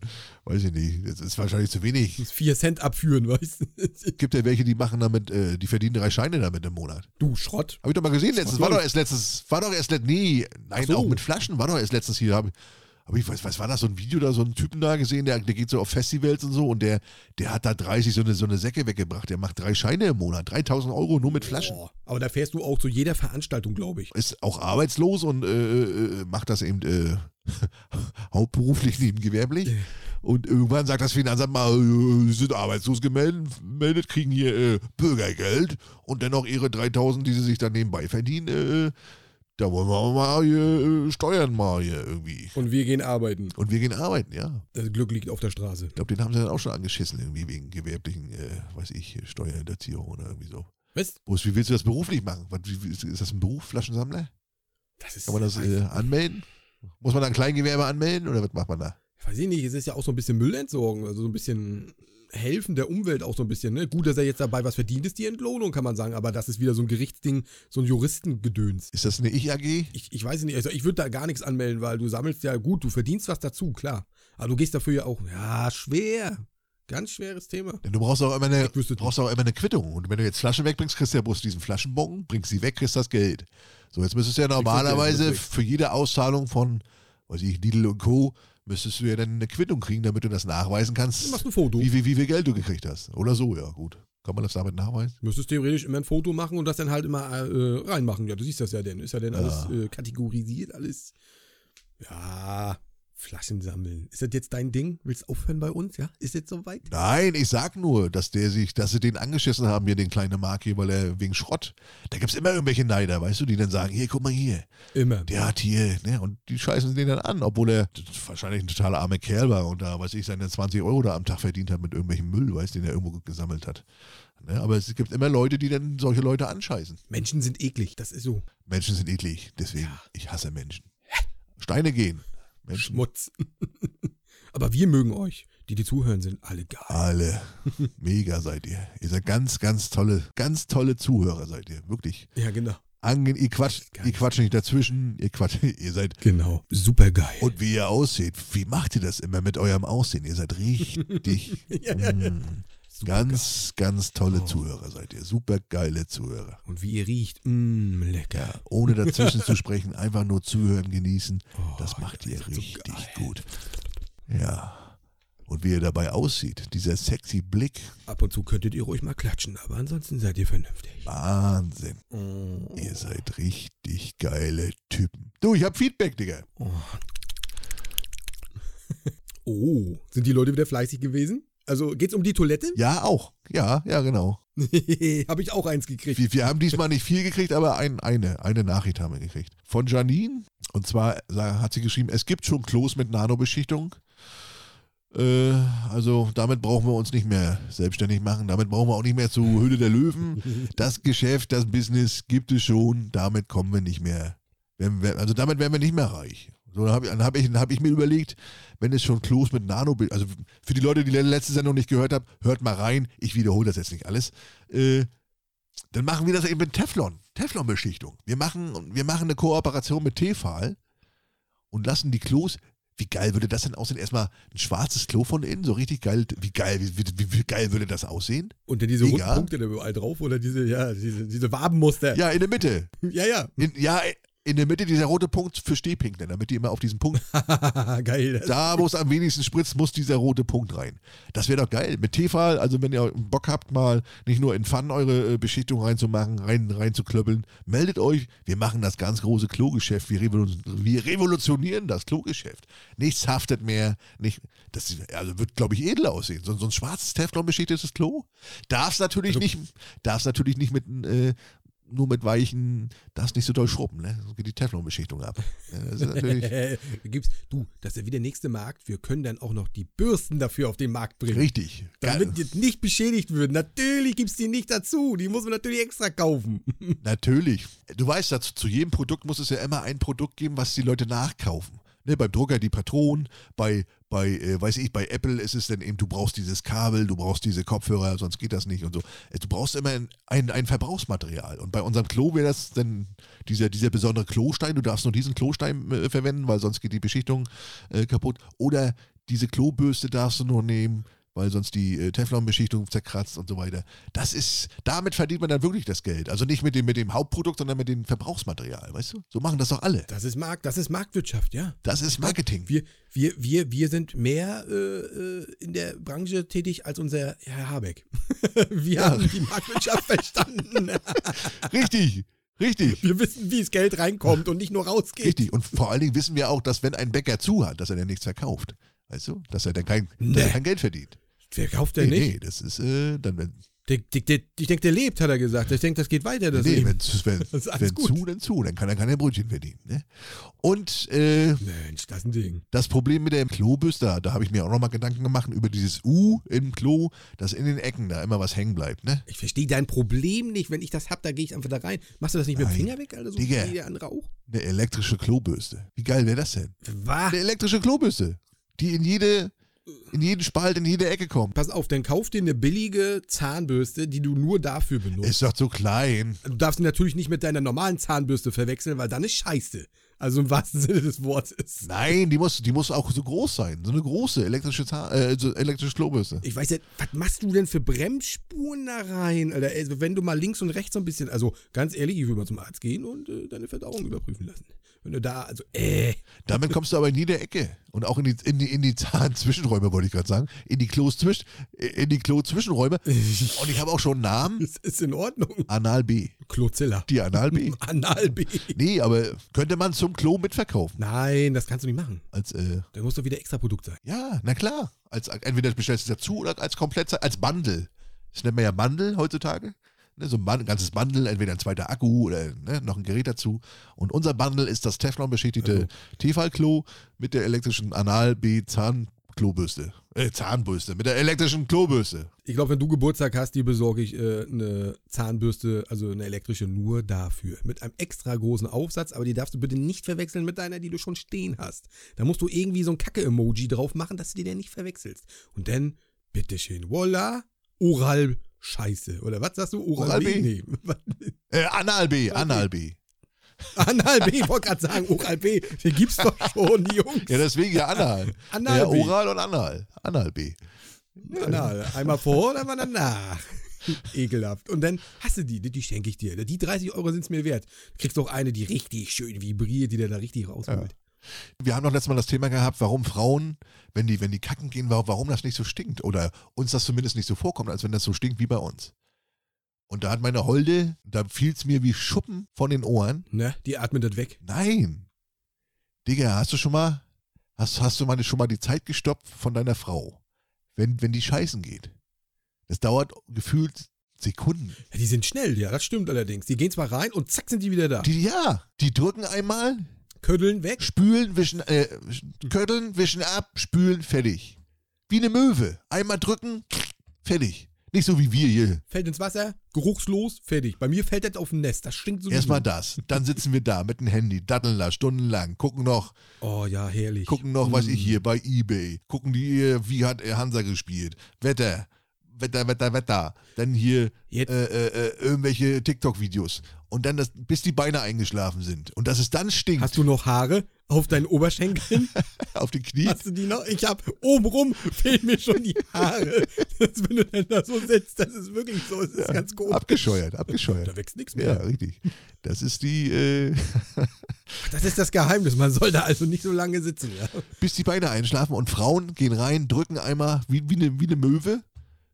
A: weiß ich nicht, es ist wahrscheinlich zu wenig.
C: Das 4 Cent abführen, weißt du?
A: Es gibt ja welche, die machen damit, äh, die verdienen drei Scheine damit im Monat.
C: Du Schrott.
A: Habe ich doch mal gesehen letztens. War doch erst letztens, war doch erst letztens, nee, nein,
C: Ach so.
A: auch mit Flaschen, war doch erst letztens hier. Hab, hab ich, was, was war das, so ein Video da, so einen Typen da gesehen, der, der geht so auf Festivals und so und der, der hat da 30 so eine, so eine Säcke weggebracht. Der macht drei Scheine im Monat, 3000 Euro nur mit Flaschen.
C: Boah. Aber da fährst du auch zu jeder Veranstaltung, glaube ich.
A: Ist auch arbeitslos und äh, äh, macht das eben äh, [LAUGHS] hauptberuflich, nebengewerblich. Und irgendwann sagt das Finanzamt mal, äh, Sie sind arbeitslos gemeldet, meldet, kriegen hier äh, Bürgergeld und dennoch ihre 3000, die sie sich dann nebenbei verdienen, äh, da wollen wir auch mal hier, äh, steuern mal hier irgendwie.
C: Und wir gehen arbeiten.
A: Und wir gehen arbeiten, ja.
C: Das Glück liegt auf der Straße.
A: Ich glaube, den haben sie dann auch schon angeschissen, irgendwie wegen gewerblichen, äh, weiß ich, Steuerhinterziehung oder irgendwie so.
C: Was?
A: Bruce, wie willst du das beruflich machen? Was, wie, wie- ist ist das ein Beruf, Flaschensammler?
C: Das ist.
A: Kann man das äh, anmelden? Muss man da ein Kleingewerbe anmelden oder was macht man da?
C: weiß ich nicht, es ist ja auch so ein bisschen Müll entsorgen, also so ein bisschen helfen der Umwelt auch so ein bisschen. Ne? Gut, dass er jetzt dabei was verdient ist, die Entlohnung, kann man sagen, aber das ist wieder so ein Gerichtsding, so ein Juristengedöns.
A: Ist das eine Ich-AG?
C: Ich, ich weiß nicht, also ich würde da gar nichts anmelden, weil du sammelst ja gut, du verdienst was dazu, klar. Aber du gehst dafür ja auch, ja, schwer. Ganz schweres Thema.
A: Denn du brauchst auch immer eine,
C: Ich wüsste-
A: brauchst auch immer eine Quittung. Und wenn du jetzt Flaschen wegbringst, kriegst du ja bloß diesen Flaschenbonken, bringst sie weg, kriegst das Geld. So, jetzt müsstest du ja normalerweise
C: Geld, das ist
A: für jede Auszahlung von, weiß ich, Lidl und Co., müsstest du ja dann eine Quittung kriegen, damit du das nachweisen
C: Du
A: kannst,
C: machst ein Foto.
A: wie, wie, wie viel Geld du gekriegt hast. Oder so, ja, gut. Kann man das damit nachweisen?
C: Du müsstest theoretisch immer ein Foto machen und das dann halt immer äh, reinmachen. Ja, du siehst das ja denn. Ist ja denn alles äh, kategorisiert, alles. Ja, Flaschen sammeln. Ist das jetzt dein Ding? Willst du aufhören bei uns? Ja? Ist jetzt soweit?
A: Nein, ich sag nur, dass der sich, dass sie den angeschissen haben, hier den kleinen Mark hier, weil er wegen Schrott. Da gibt's immer irgendwelche Neider, weißt du, die dann sagen, hier, guck mal hier,
C: Immer.
A: der hat hier, ne, und die scheißen den dann an, obwohl er wahrscheinlich ein total armer Kerl war und da, weiß ich, seine 20 Euro da am Tag verdient hat mit irgendwelchem Müll, weißt du, den er irgendwo gesammelt hat. Ne, aber es gibt immer Leute, die dann solche Leute anscheißen.
C: Menschen sind eklig. Das ist so.
A: Menschen sind eklig, deswegen, ich hasse Menschen. Steine gehen. Menschen.
C: Schmutz. [LAUGHS] Aber wir mögen euch. Die, die zuhören, sind alle geil.
A: Alle. Mega seid ihr. Ihr seid ganz, ganz tolle, ganz tolle Zuhörer seid ihr. Wirklich.
C: Ja, genau.
A: Ange ihr quatscht,
C: Geil.
A: ihr quatscht nicht dazwischen, ihr quatscht, [LAUGHS] ihr seid.
C: Genau. Super geil. [LAUGHS]
A: Und wie ihr aussieht, wie macht ihr das immer mit eurem Aussehen? Ihr seid richtig.
C: [LAUGHS]
A: mm, ganz, ganz tolle Zuhörer seid ihr. Super geile Zuhörer.
C: Und wie ihr riecht. Mm, lecker.
A: Ja, ohne dazwischen zu sprechen, einfach nur zuhören, genießen. das macht
C: ja,
A: ihr
C: das ist Oh, so
A: richtig
C: geil.
A: gut. Ja. Und wie ihr dabei aussieht, dieser sexy Blick,
C: Ab und zu könntet ihr ruhig mal klatschen, aber ansonsten seid ihr vernünftig.
A: Wahnsinn.
C: Mm.
A: Ihr seid richtig geile Typen. Du, ich hab Feedback, Digga.
C: Oh, sind die Leute wieder fleißig gewesen? Also geht's um die Toilette?
A: Ja, auch. Ja, ja, genau.
C: Habe ich auch eins gekriegt.
A: Wir, wir haben diesmal nicht viel gekriegt, aber ein, eine, eine Nachricht haben wir gekriegt. Von Janine. Und zwar sa- hat sie geschrieben, es gibt schon Klos mit Nanobeschichtung. Äh, also damit brauchen wir uns nicht mehr selbstständig machen. Damit brauchen wir auch nicht mehr zu Höhle der Löwen. Das Geschäft, das Business gibt es schon. Damit kommen wir nicht mehr. Wenn, wir- also damit werden wir nicht mehr reich. So, dann habe hab ich, dann hab ich mir überlegt, wenn es schon Klos mit Nano, also für die Leute, die die letzte Sendung nicht gehört haben, hört mal rein. Ich wiederhole das jetzt nicht alles. Äh, dann machen wir das eben mit Teflon, Teflon-Beschichtung. Wir machen, wir machen eine Kooperation mit Tefal und lassen die Klos. Wie geil würde das denn aussehen? Erstmal ein schwarzes Klo von innen, so richtig geil. Wie geil, wie, wie, wie geil würde das aussehen?
C: Und dann diese roten
A: Egal.
C: Punkte da überall drauf oder diese, ja, diese, diese Wabenmuster.
A: Ja, in der Mitte.
C: ja. ja.
A: In, ja, In der Mitte dieser rote Punkt für Stehpinkler, damit die immer auf diesen Punkt.
C: [LAUGHS] Geil. Das.
A: Da, wo es am wenigsten spritzt, muss dieser rote Punkt rein. Das wäre doch geil. Mit Tefal, also wenn ihr Bock habt, mal nicht nur in Pfannen eure äh, Beschichtung reinzumachen, rein, reinzuklöppeln, meldet euch. Wir machen das ganz große Klogeschäft. Wir, revolu wir revolutionieren das Klogeschäft. Nichts haftet mehr. Nicht, das ist- also wird, glaube ich, edel aussehen. So, so ein schwarzes Teflon beschichtetes Klo. Darf natürlich
C: Also-
A: nicht, darf natürlich nicht mit äh, nur mit weichen, darfst nicht so doll schrubben, ne? So geht die Teflon-Beschichtung ab. Ja, das ist
C: [LAUGHS]
A: natürlich
C: Äh, Gibt's, du, das ist ja wie der nächste Markt. Wir können dann auch noch die Bürsten dafür auf den Markt bringen.
A: richtig. Geil.
C: Damit die nicht beschädigt wird. Natürlich gibt's die nicht dazu. Die muss man natürlich extra kaufen.
A: Natürlich. Du weißt, dazu, zu jedem Produkt muss es ja immer ein Produkt geben, was die Leute nachkaufen. Ne, beim Drucker die Patronen, bei, bei äh, weiß ich, bei Apple ist es dann eben, du brauchst dieses Kabel, du brauchst diese Kopfhörer, sonst geht das nicht und so. Äh, Du brauchst immer ein, ein, ein Verbrauchsmaterial. Und bei unserem Klo wäre das dann dieser, dieser besondere Klostein, du darfst nur diesen Klostein äh, verwenden, weil sonst geht die Beschichtung äh, kaputt. Oder diese Klobürste darfst du nur nehmen, weil sonst die äh, Teflon-Beschichtung zerkratzt und so weiter. Das ist, damit verdient man dann wirklich das Geld. Also nicht mit dem, mit dem Hauptprodukt, sondern mit dem Verbrauchsmaterial, weißt du? So machen das doch alle.
C: Das ist Markt, das ist Marktwirtschaft, ja.
A: Das ist Marketing.
C: Wir, wir, wir, wir sind mehr äh, äh, in der Branche tätig als unser Herr Habeck. [LAUGHS] wir haben die Marktwirtschaft
A: [LAUGHS]
C: verstanden.
A: Richtig, richtig.
C: wir wissen, wie es Geld reinkommt und nicht nur rausgeht.
A: Richtig. Und vor allen Dingen wissen wir auch, dass wenn ein Bäcker zu hat, dass er dann nichts verkauft. Weißt du? Dass er dann kein, dass er
C: Nee.
A: kein Geld verdient.
C: Wer kauft denn nicht?
A: nee, das ist, äh, dann, wenn,
C: Der, der, der, ich denke, der lebt, hat er gesagt. Ich denke, das geht weiter, [LAUGHS] das
A: nee,
C: Leben.
A: wenn, wenn,
C: ist alles
A: wenn
C: gut.
A: zu, dann zu. Dann kann er keine Brötchen verdienen. Ne? Und, äh,
C: Mensch, das ist ein Ding.
A: Das Problem mit der Klobürste, da, da habe ich mir auch nochmal Gedanken gemacht über dieses U im Klo, dass in den Ecken da immer was hängen bleibt, ne?
C: Ich verstehe dein Problem nicht. Wenn ich das hab, da gehe ich einfach da rein. Machst du das nicht mit
A: Nein.
C: dem Finger weg, Alter? So
A: Digga.
C: wie der andere auch?
A: Eine elektrische Klobürste. Wie geil wäre das denn?
C: Wah.
A: Eine elektrische Klobürste, die in jede, in jeden Spalt, in jede Ecke kommt.
C: Pass auf, dann kauf dir eine billige Zahnbürste, die du nur dafür benutzt.
A: Ist doch zu klein.
C: Du darfst ihn natürlich nicht mit deiner normalen Zahnbürste verwechseln, weil dann ist scheiße. Also im wahrsten Sinne des Wortes.
A: Nein, die muss, die muss auch so groß sein. So eine große elektrische, Zahn, äh, so elektrische Klobürste.
C: Ich weiß ja, was machst du denn für Bremsspuren da rein? Alter, also wenn du mal links und rechts so ein bisschen, also ganz ehrlich, ich würde mal zum Arzt gehen und äh, deine Verdauung überprüfen lassen. Wenn du da, also, äh, [LAUGHS]
A: Damit kommst du aber in jede Ecke. Und auch in die, in die, in die Zahnzwischenräume, wollte ich gerade sagen. In die Klos zwischen, in die Klo-Zwischenräume. Und ich habe auch schon einen Namen.
C: das ist in Ordnung.
A: Anal B.
C: Klozilla.
A: Die Anal B.
C: Analb.
A: Nee, aber könnte man zum Klo mitverkaufen?
C: Nein, das kannst du nicht machen.
A: Als, äh,
C: Da muss doch wieder extra Produkt sein.
A: ja, na klar. Als, entweder bestellst du es dazu oder als komplett, als Bundle. Das nennt man ja Bundle heutzutage. Ne, so ein, Bun- ein ganzes Bundle, entweder ein zweiter Akku oder ne, noch ein Gerät dazu. Und unser Bundle ist das Teflon-beschädigte Tefal-Klo mit der elektrischen Anal-B-Zahnklobürste. Äh, Zahnbürste. Mit der elektrischen Klobürste.
C: Ich glaube, wenn du Geburtstag hast, die besorge ich äh, eine Zahnbürste, also eine elektrische, nur dafür. Mit einem extra großen Aufsatz, aber die darfst du bitte nicht verwechseln mit deiner, die du schon stehen hast. Da musst du irgendwie so ein Kacke-Emoji drauf machen, dass du die dann nicht verwechselst. Und dann, bitteschön, voila, Oral Scheiße. Oder was sagst du? Oral,
A: Oral B.
C: B? Nee. [LAUGHS] was?
A: Äh, Anal-B, Anal-B.
C: Anal B, ich wollte gerade sagen, Oral B, den gibt's doch
A: [LAUGHS]
C: schon, die Jungs.
A: Ja, deswegen ja Anal.
C: Anal
A: ja,
C: B.
A: Oral und Anal. Anal-B.
C: Anal. Einmal vor und einmal danach. [LAUGHS] Ekelhaft. Und dann hast du die, die, die schenke ich dir. Die 30 Euro sind es mir wert. Du kriegst auch eine, die richtig schön vibriert, die der da richtig rausholt.
A: Wir haben doch letztes Mal das Thema gehabt, warum Frauen, wenn die, wenn die kacken gehen, wa- warum das nicht so stinkt. Oder uns das zumindest nicht so vorkommt, als wenn das so stinkt wie bei uns. Und da hat meine Holde, da fiel es mir wie Schuppen von den Ohren.
C: Ne? Die atmen das weg.
A: Nein. Digga, hast du schon mal, hast, hast du mal schon mal die Zeit gestoppt von deiner Frau? Wenn, wenn die scheißen geht. Das dauert gefühlt Sekunden.
C: Ja, die sind schnell, ja, das stimmt allerdings. Die gehen zwar rein und zack sind die wieder da.
A: Die, ja, die drücken einmal,
C: Köddeln weg.
A: Spülen, wischen, äh, kötteln, wischen ab, spülen, fertig. Wie eine Möwe. Einmal drücken, fertig. Nicht so wie wir hier.
C: Fällt ins Wasser, geruchslos, fertig. Bei mir fällt das auf ein Nest, das stinkt so.
A: Erstmal das. Dann sitzen wir da mit dem Handy, daddeln da stundenlang, gucken noch,
C: Oh ja, herrlich.
A: gucken noch, weiß ich hier, bei Ebay. Gucken die, äh, wie hat äh, Hansa gespielt. Wetter. Wetter, Wetter, Wetter. Dann hier
C: Jetzt-
A: äh, äh, äh, irgendwelche TikTok-Videos. Und dann, das, bis die Beine eingeschlafen sind. Und dass es dann stinkt.
C: Hast du noch Haare? auf
A: [LAUGHS]
C: deinen Oberschenkeln?
A: Auf die Knie.
C: Hast du die noch? Ich hab obenrum fehlen mir schon die Haare. Das, wenn du dann da so sitzt, das ist wirklich so, es ist ganz komisch.
A: Abgescheuert, abgescheuert.
C: Da wächst nichts
A: Ja,
C: mehr.
A: richtig. Das ist die, äh,
C: Das ist das Geheimnis. Man soll da also nicht so lange sitzen. Ja.
A: bis die Beine einschlafen und Frauen gehen rein, drücken einmal wie, wie, eine, wie eine Möwe,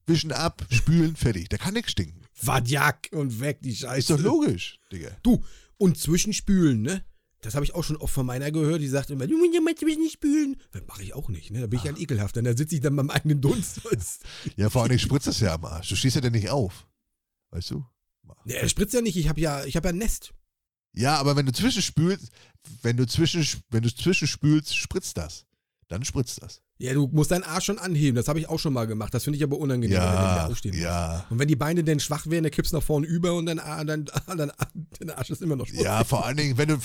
A: wischen ab, spülen, fertig. Da kann nichts stinken.
C: Vadjak und weg die Scheiße.
A: Ist doch logisch, Digga.
C: Du, und zwischenspülen, ne? Das habe ich auch schon oft von meiner gehört, die sagt immer, du musst ja mal zwischenspülen. Das mache ich auch nicht, ne? Da bin ich ja ein ekelhaft. Dann sitze ich dann beim
A: [LAUGHS]
C: eigenen Dunst.
A: Ja, vor allem spritzt das ja am Arsch. Du stehst ja dann nicht auf. Weißt du?
C: ne, er spritzt ja nicht, ich habe ja, ich habe ja ein Nest.
A: Ja, aber wenn du zwischenspülst, wenn du zwischen, wenn du zwischenspülst, spritzt das. Dann spritzt das.
C: Ja, du musst deinen Arsch schon anheben. Das habe ich auch schon mal gemacht. Das finde ich aber unangenehm, Genau, wenn du da
A: Ja,
C: aufstehen musst.
A: ja.
C: Und wenn die Beine denn schwach wären, dann kippst du nach vorne über und dann, ah, dann, ah, dann ah, [LAUGHS] dein Arsch ist immer noch schwach.
A: Ja, vor allen Dingen, wenn du,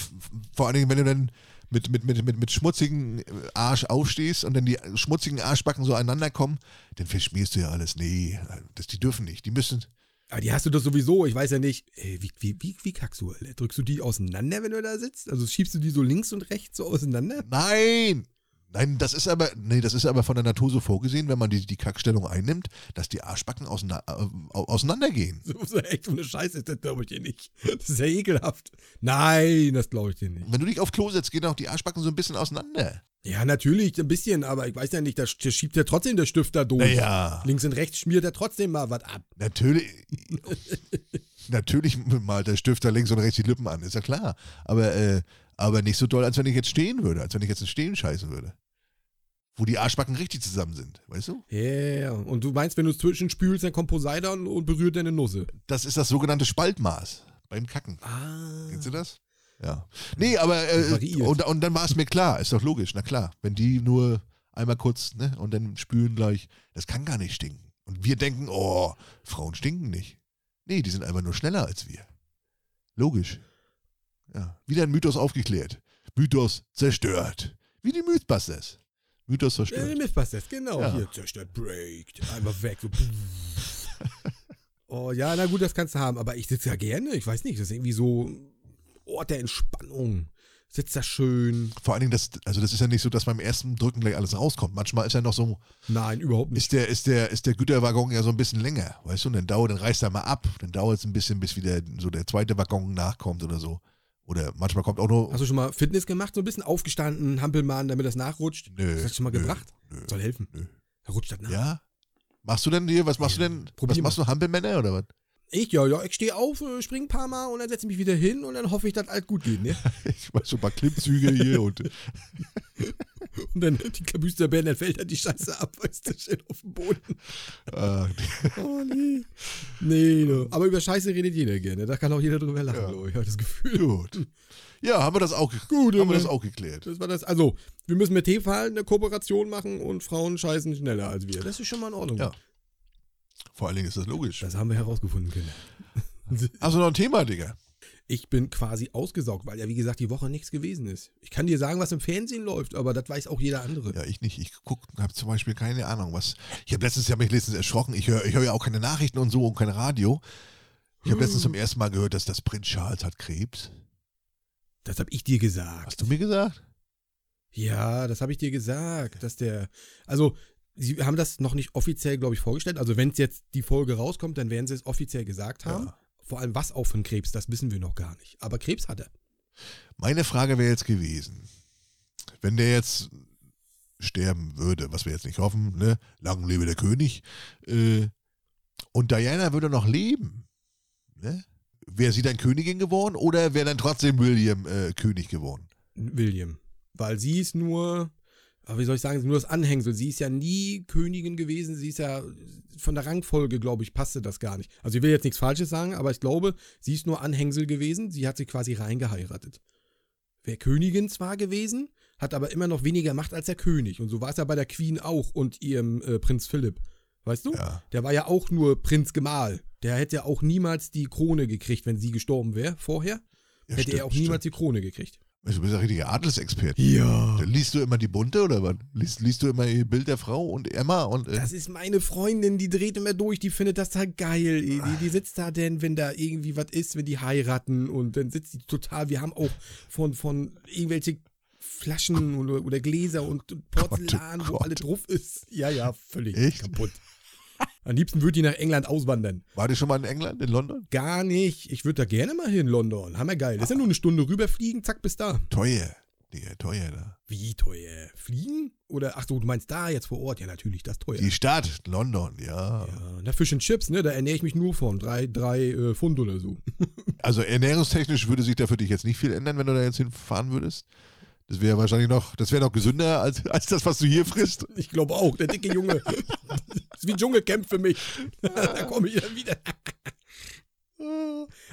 A: vor allen Dingen, wenn du dann mit, mit, mit, mit, mit schmutzigen Arsch aufstehst und dann die schmutzigen Arschbacken so aneinander kommen, dann verschmierst du ja alles. Nee, das, die dürfen nicht. Die müssen.
C: Aber die hast du doch sowieso, ich weiß ja nicht. Ey, wie, wie, wie, wie kackst du? Alter? Drückst du die auseinander, wenn du da sitzt? Also schiebst du die so links und rechts so auseinander? [LAUGHS]
A: Nein! Nein, das ist aber, nee, das ist aber von der Natur so vorgesehen, wenn man die, die Kackstellung einnimmt, dass die Arschbacken auseina- äh, au- auseinandergehen.
C: So, so echt so eine Scheiße ist das, glaube ich dir nicht. Das ist ja ekelhaft. Nein, das glaube ich dir nicht.
A: Wenn du dich auf Klo setzt, gehen auch die Arschbacken so ein bisschen auseinander.
C: Ja, natürlich, ein bisschen, aber ich weiß ja nicht, da sch- schiebt ja trotzdem der Stift da durch.
A: Naja,
C: Links und rechts schmiert er trotzdem mal was ab.
A: natürlich. natürlich malt der Stifter links und rechts die Lippen an, ist ja klar. Aber, äh, aber nicht so doll, als wenn ich jetzt stehen würde, als wenn ich jetzt ins Stehen scheißen würde. Wo die Arschbacken richtig zusammen sind, weißt du?
C: Ja, yeah. und du meinst, wenn du es zwischenspülst, dann kommt Poseidon und berührt deine Nusse.
A: Das ist das sogenannte Spaltmaß beim Kacken.
C: Ah.
A: Kennst du das? Ja. Nee, aber
C: Das
A: äh,
C: variiert.
A: und, und dann war es mir klar, ist doch logisch, na klar. Wenn die nur einmal kurz, ne, und dann spülen gleich, das kann gar nicht stinken. Und wir denken, oh, Frauen stinken nicht. Nee, die sind einfach nur schneller als wir. Logisch. Ja. Wieder ein Mythos aufgeklärt. Mythos zerstört. Wie die Mythbusters. Mythos
C: Äh,
A: zerstört.
C: Mythbusters, genau.
A: Ja.
C: Hier, zerstört, breakt, einmal weg. So. oh ja, na gut, das kannst du haben, aber ich sitze ja gerne, ich weiß nicht, das ist irgendwie so ein Ort der Entspannung. Sitzt da schön.
A: Vor allen Dingen, das, also das ist ja nicht so, dass beim ersten Drücken gleich alles rauskommt. Manchmal ist ja noch so,
C: Nein, überhaupt nicht.
A: ist der, ist der, ist der Güterwaggon ja so ein bisschen länger, weißt du? Und dann dauert, dann reißt er mal ab, dann dauert es ein bisschen, bis wieder so der zweite Waggon nachkommt oder so. Oder manchmal kommt auch nur.
C: Hast du schon mal Fitness gemacht, so ein bisschen aufgestanden, Hampelmann, damit das nachrutscht?
A: Nö,
C: Das hast du schon mal
A: nö,
C: gebracht?
A: nö.
C: Soll helfen.
A: Nö.
C: Da rutscht das nach.
A: ja? Machst du denn hier, was machst du denn?
C: Probier
A: was machst du, Hampelmänner oder was? [LAUGHS]
C: Ich, ja, ja, ich stehe auf, äh, spring ein paar Mal und dann setze ich mich wieder hin und dann hoffe ich, dass alles gut
A: [LAUGHS]
C: geht, ne?
A: Ich mach so ein paar Klimmzüge hier
C: [LAUGHS]
A: und.
C: Und dann die Kabüsterbären, dann fällt halt die Scheiße ab, weißt du, schön auf den Boden.
A: Äh,
C: Oh nee. [LAUGHS] Nee, du. Aber über Scheiße redet jeder gerne. Da kann auch jeder drüber lachen,
A: Ja.
C: glaube ich, habe das Gefühl.
A: gut. Ja, haben wir das auch, ge- haben
C: Gut,
A: wir
C: Junge.
A: das auch geklärt.
C: Das war das. Also, wir müssen mit Tefal eine Kooperation machen und Frauen scheißen schneller als wir. Das ist schon mal in Ordnung.
A: Ja. Vor allen Dingen ist das logisch.
C: Das haben wir herausgefunden, Kinder.
A: Also noch ein Thema, Digga.
C: Ich bin quasi ausgesaugt, weil ja, wie gesagt, die Woche nichts gewesen ist. Ich kann dir sagen, was im Fernsehen läuft, aber das weiß auch jeder andere.
A: Ja, ich nicht. Ich guck, habe zum Beispiel keine Ahnung, was. Ich habe letztens, ich habe mich letztens erschrocken. Ich höre ich hör ja auch keine Nachrichten und so und kein Radio. Ich habe letztens zum
C: Hm.
A: ersten Mal gehört, dass das Prinz Charles hat Krebs.
C: Das habe ich dir gesagt.
A: Hast du mir gesagt?
C: Ja, das habe ich dir gesagt, dass der. Also, sie haben das noch nicht offiziell, glaube ich, vorgestellt. Also, wenn jetzt die Folge rauskommt, dann werden sie es offiziell gesagt haben.
A: Ja.
C: Vor allem, was auch von Krebs, das wissen wir noch gar nicht. Aber Krebs hat er.
A: Meine Frage wäre jetzt gewesen, wenn der jetzt sterben würde, was wir jetzt nicht hoffen, ne? Lang lebe der König. Äh, und Diana würde noch leben, ne? Wäre sie dann Königin geworden oder wäre dann trotzdem William äh, König geworden?
C: William. Weil sie ist nur, aber wie soll ich sagen, nur das Anhängsel. Sie ist ja nie Königin gewesen. Sie ist ja von der Rangfolge, glaube ich, passte das gar nicht. Also ich will jetzt nichts Falsches sagen, aber ich glaube, sie ist nur Anhängsel gewesen. Sie hat sich quasi reingeheiratet. Wäre Königin zwar gewesen, hat aber immer noch weniger Macht als der König. Und so war es ja bei der Queen auch und ihrem äh, Prinz Philipp. Weißt du?
A: Ja.
C: Der war ja auch nur Prinz Gemahl. Der hätte ja auch niemals die Krone gekriegt, wenn sie gestorben wäre vorher.
A: Ja,
C: hätte
A: stimmt,
C: er auch niemals die Krone gekriegt.
A: stimmt. Du bist ja richtiger Adelsexperte.
C: Ja.
A: Dann liest du immer die bunte oder was? Liest, liest du immer ihr Bild der Frau und Emma und äh,
C: Das ist meine Freundin, die dreht immer durch, die findet das total geil. ey. Die, die sitzt da denn, wenn da irgendwie was ist, wenn die heiraten und dann sitzt die total. Wir haben auch von, von irgendwelche Flaschen oder, oder Gläser und und Porzellan,
A: Gott, oh
C: wo
A: Gott.
C: alles drauf ist. Ja, ja, völlig
A: Echt?
C: kaputt. Am liebsten würde ich nach England auswandern.
A: War das schon mal in England, in London?
C: Gar nicht. Ich würde da gerne mal hin, London. Hammergeil. Das ist ja nur eine Stunde rüberfliegen, zack, bis da.
A: Teuer. Digga, teuer äh, da.
C: Wie teuer? Fliegen? Oder, ach so, du meinst da jetzt vor Ort? Ja, natürlich, das ist teuer.
A: Die Stadt, London, ja.
C: Ja, na, Fish and Chips, ne? Da ernähre ich mich nur von. Drei, drei äh, Pfund oder so. [LAUGHS]
A: Also ernährungstechnisch würde sich da für dich jetzt nicht viel ändern, wenn du da jetzt hinfahren würdest. Das wäre wahrscheinlich noch, das wäre noch gesünder als, [LAUGHS] als das, was du hier frisst.
C: Ich glaube auch, der dicke Junge. [LAUGHS] das ist wie ein Dschungelcamp für mich. [LAUGHS] da komme ich dann wieder. [LAUGHS]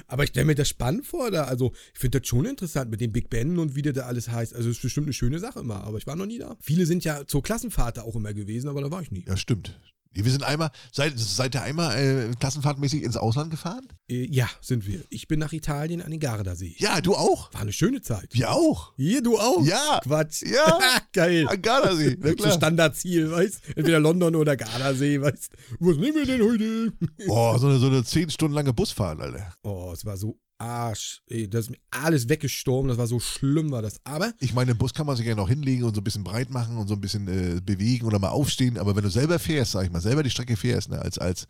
C: Aber ich stelle mir das spannend vor, da. Also, ich finde das schon interessant mit den Big Ben und wie der da alles heißt. Also, es ist bestimmt eine schöne Sache immer, aber ich war noch nie da. Viele sind ja zur Klassenfahrt da auch immer gewesen, aber da war ich nie.
A: Ja, stimmt. Wir sind einmal, seid, seid ihr einmal äh, klassenfahrtmäßig ins Ausland gefahren?
C: Äh, ja, sind wir. Ich bin nach Italien an den Gardasee.
A: Ja, du auch.
C: War eine schöne Zeit.
A: Wir auch. Oh,
C: Hier, du auch?
A: Ja.
C: Quatsch.
A: Ja.
C: [LAUGHS] Geil.
A: An Gardasee, [LAUGHS] na
C: So
A: klar.
C: Standardziel, weißt Entweder London oder Gardasee, weißt Was nehmen wir denn heute?
A: Boah, so eine, so eine zehn Stunden lange Busfahrt, Alter.
C: Oh, es war so Arsch. Ey, das ist mir alles weggestorben. Das war so schlimm, war das. Aber
A: Ich meine, im Bus kann man sich ja noch hinlegen und so ein bisschen breit machen und so ein bisschen äh, bewegen oder mal aufstehen. Aber wenn du selber fährst, sag ich mal, selber die Strecke fährst, ne, als, als,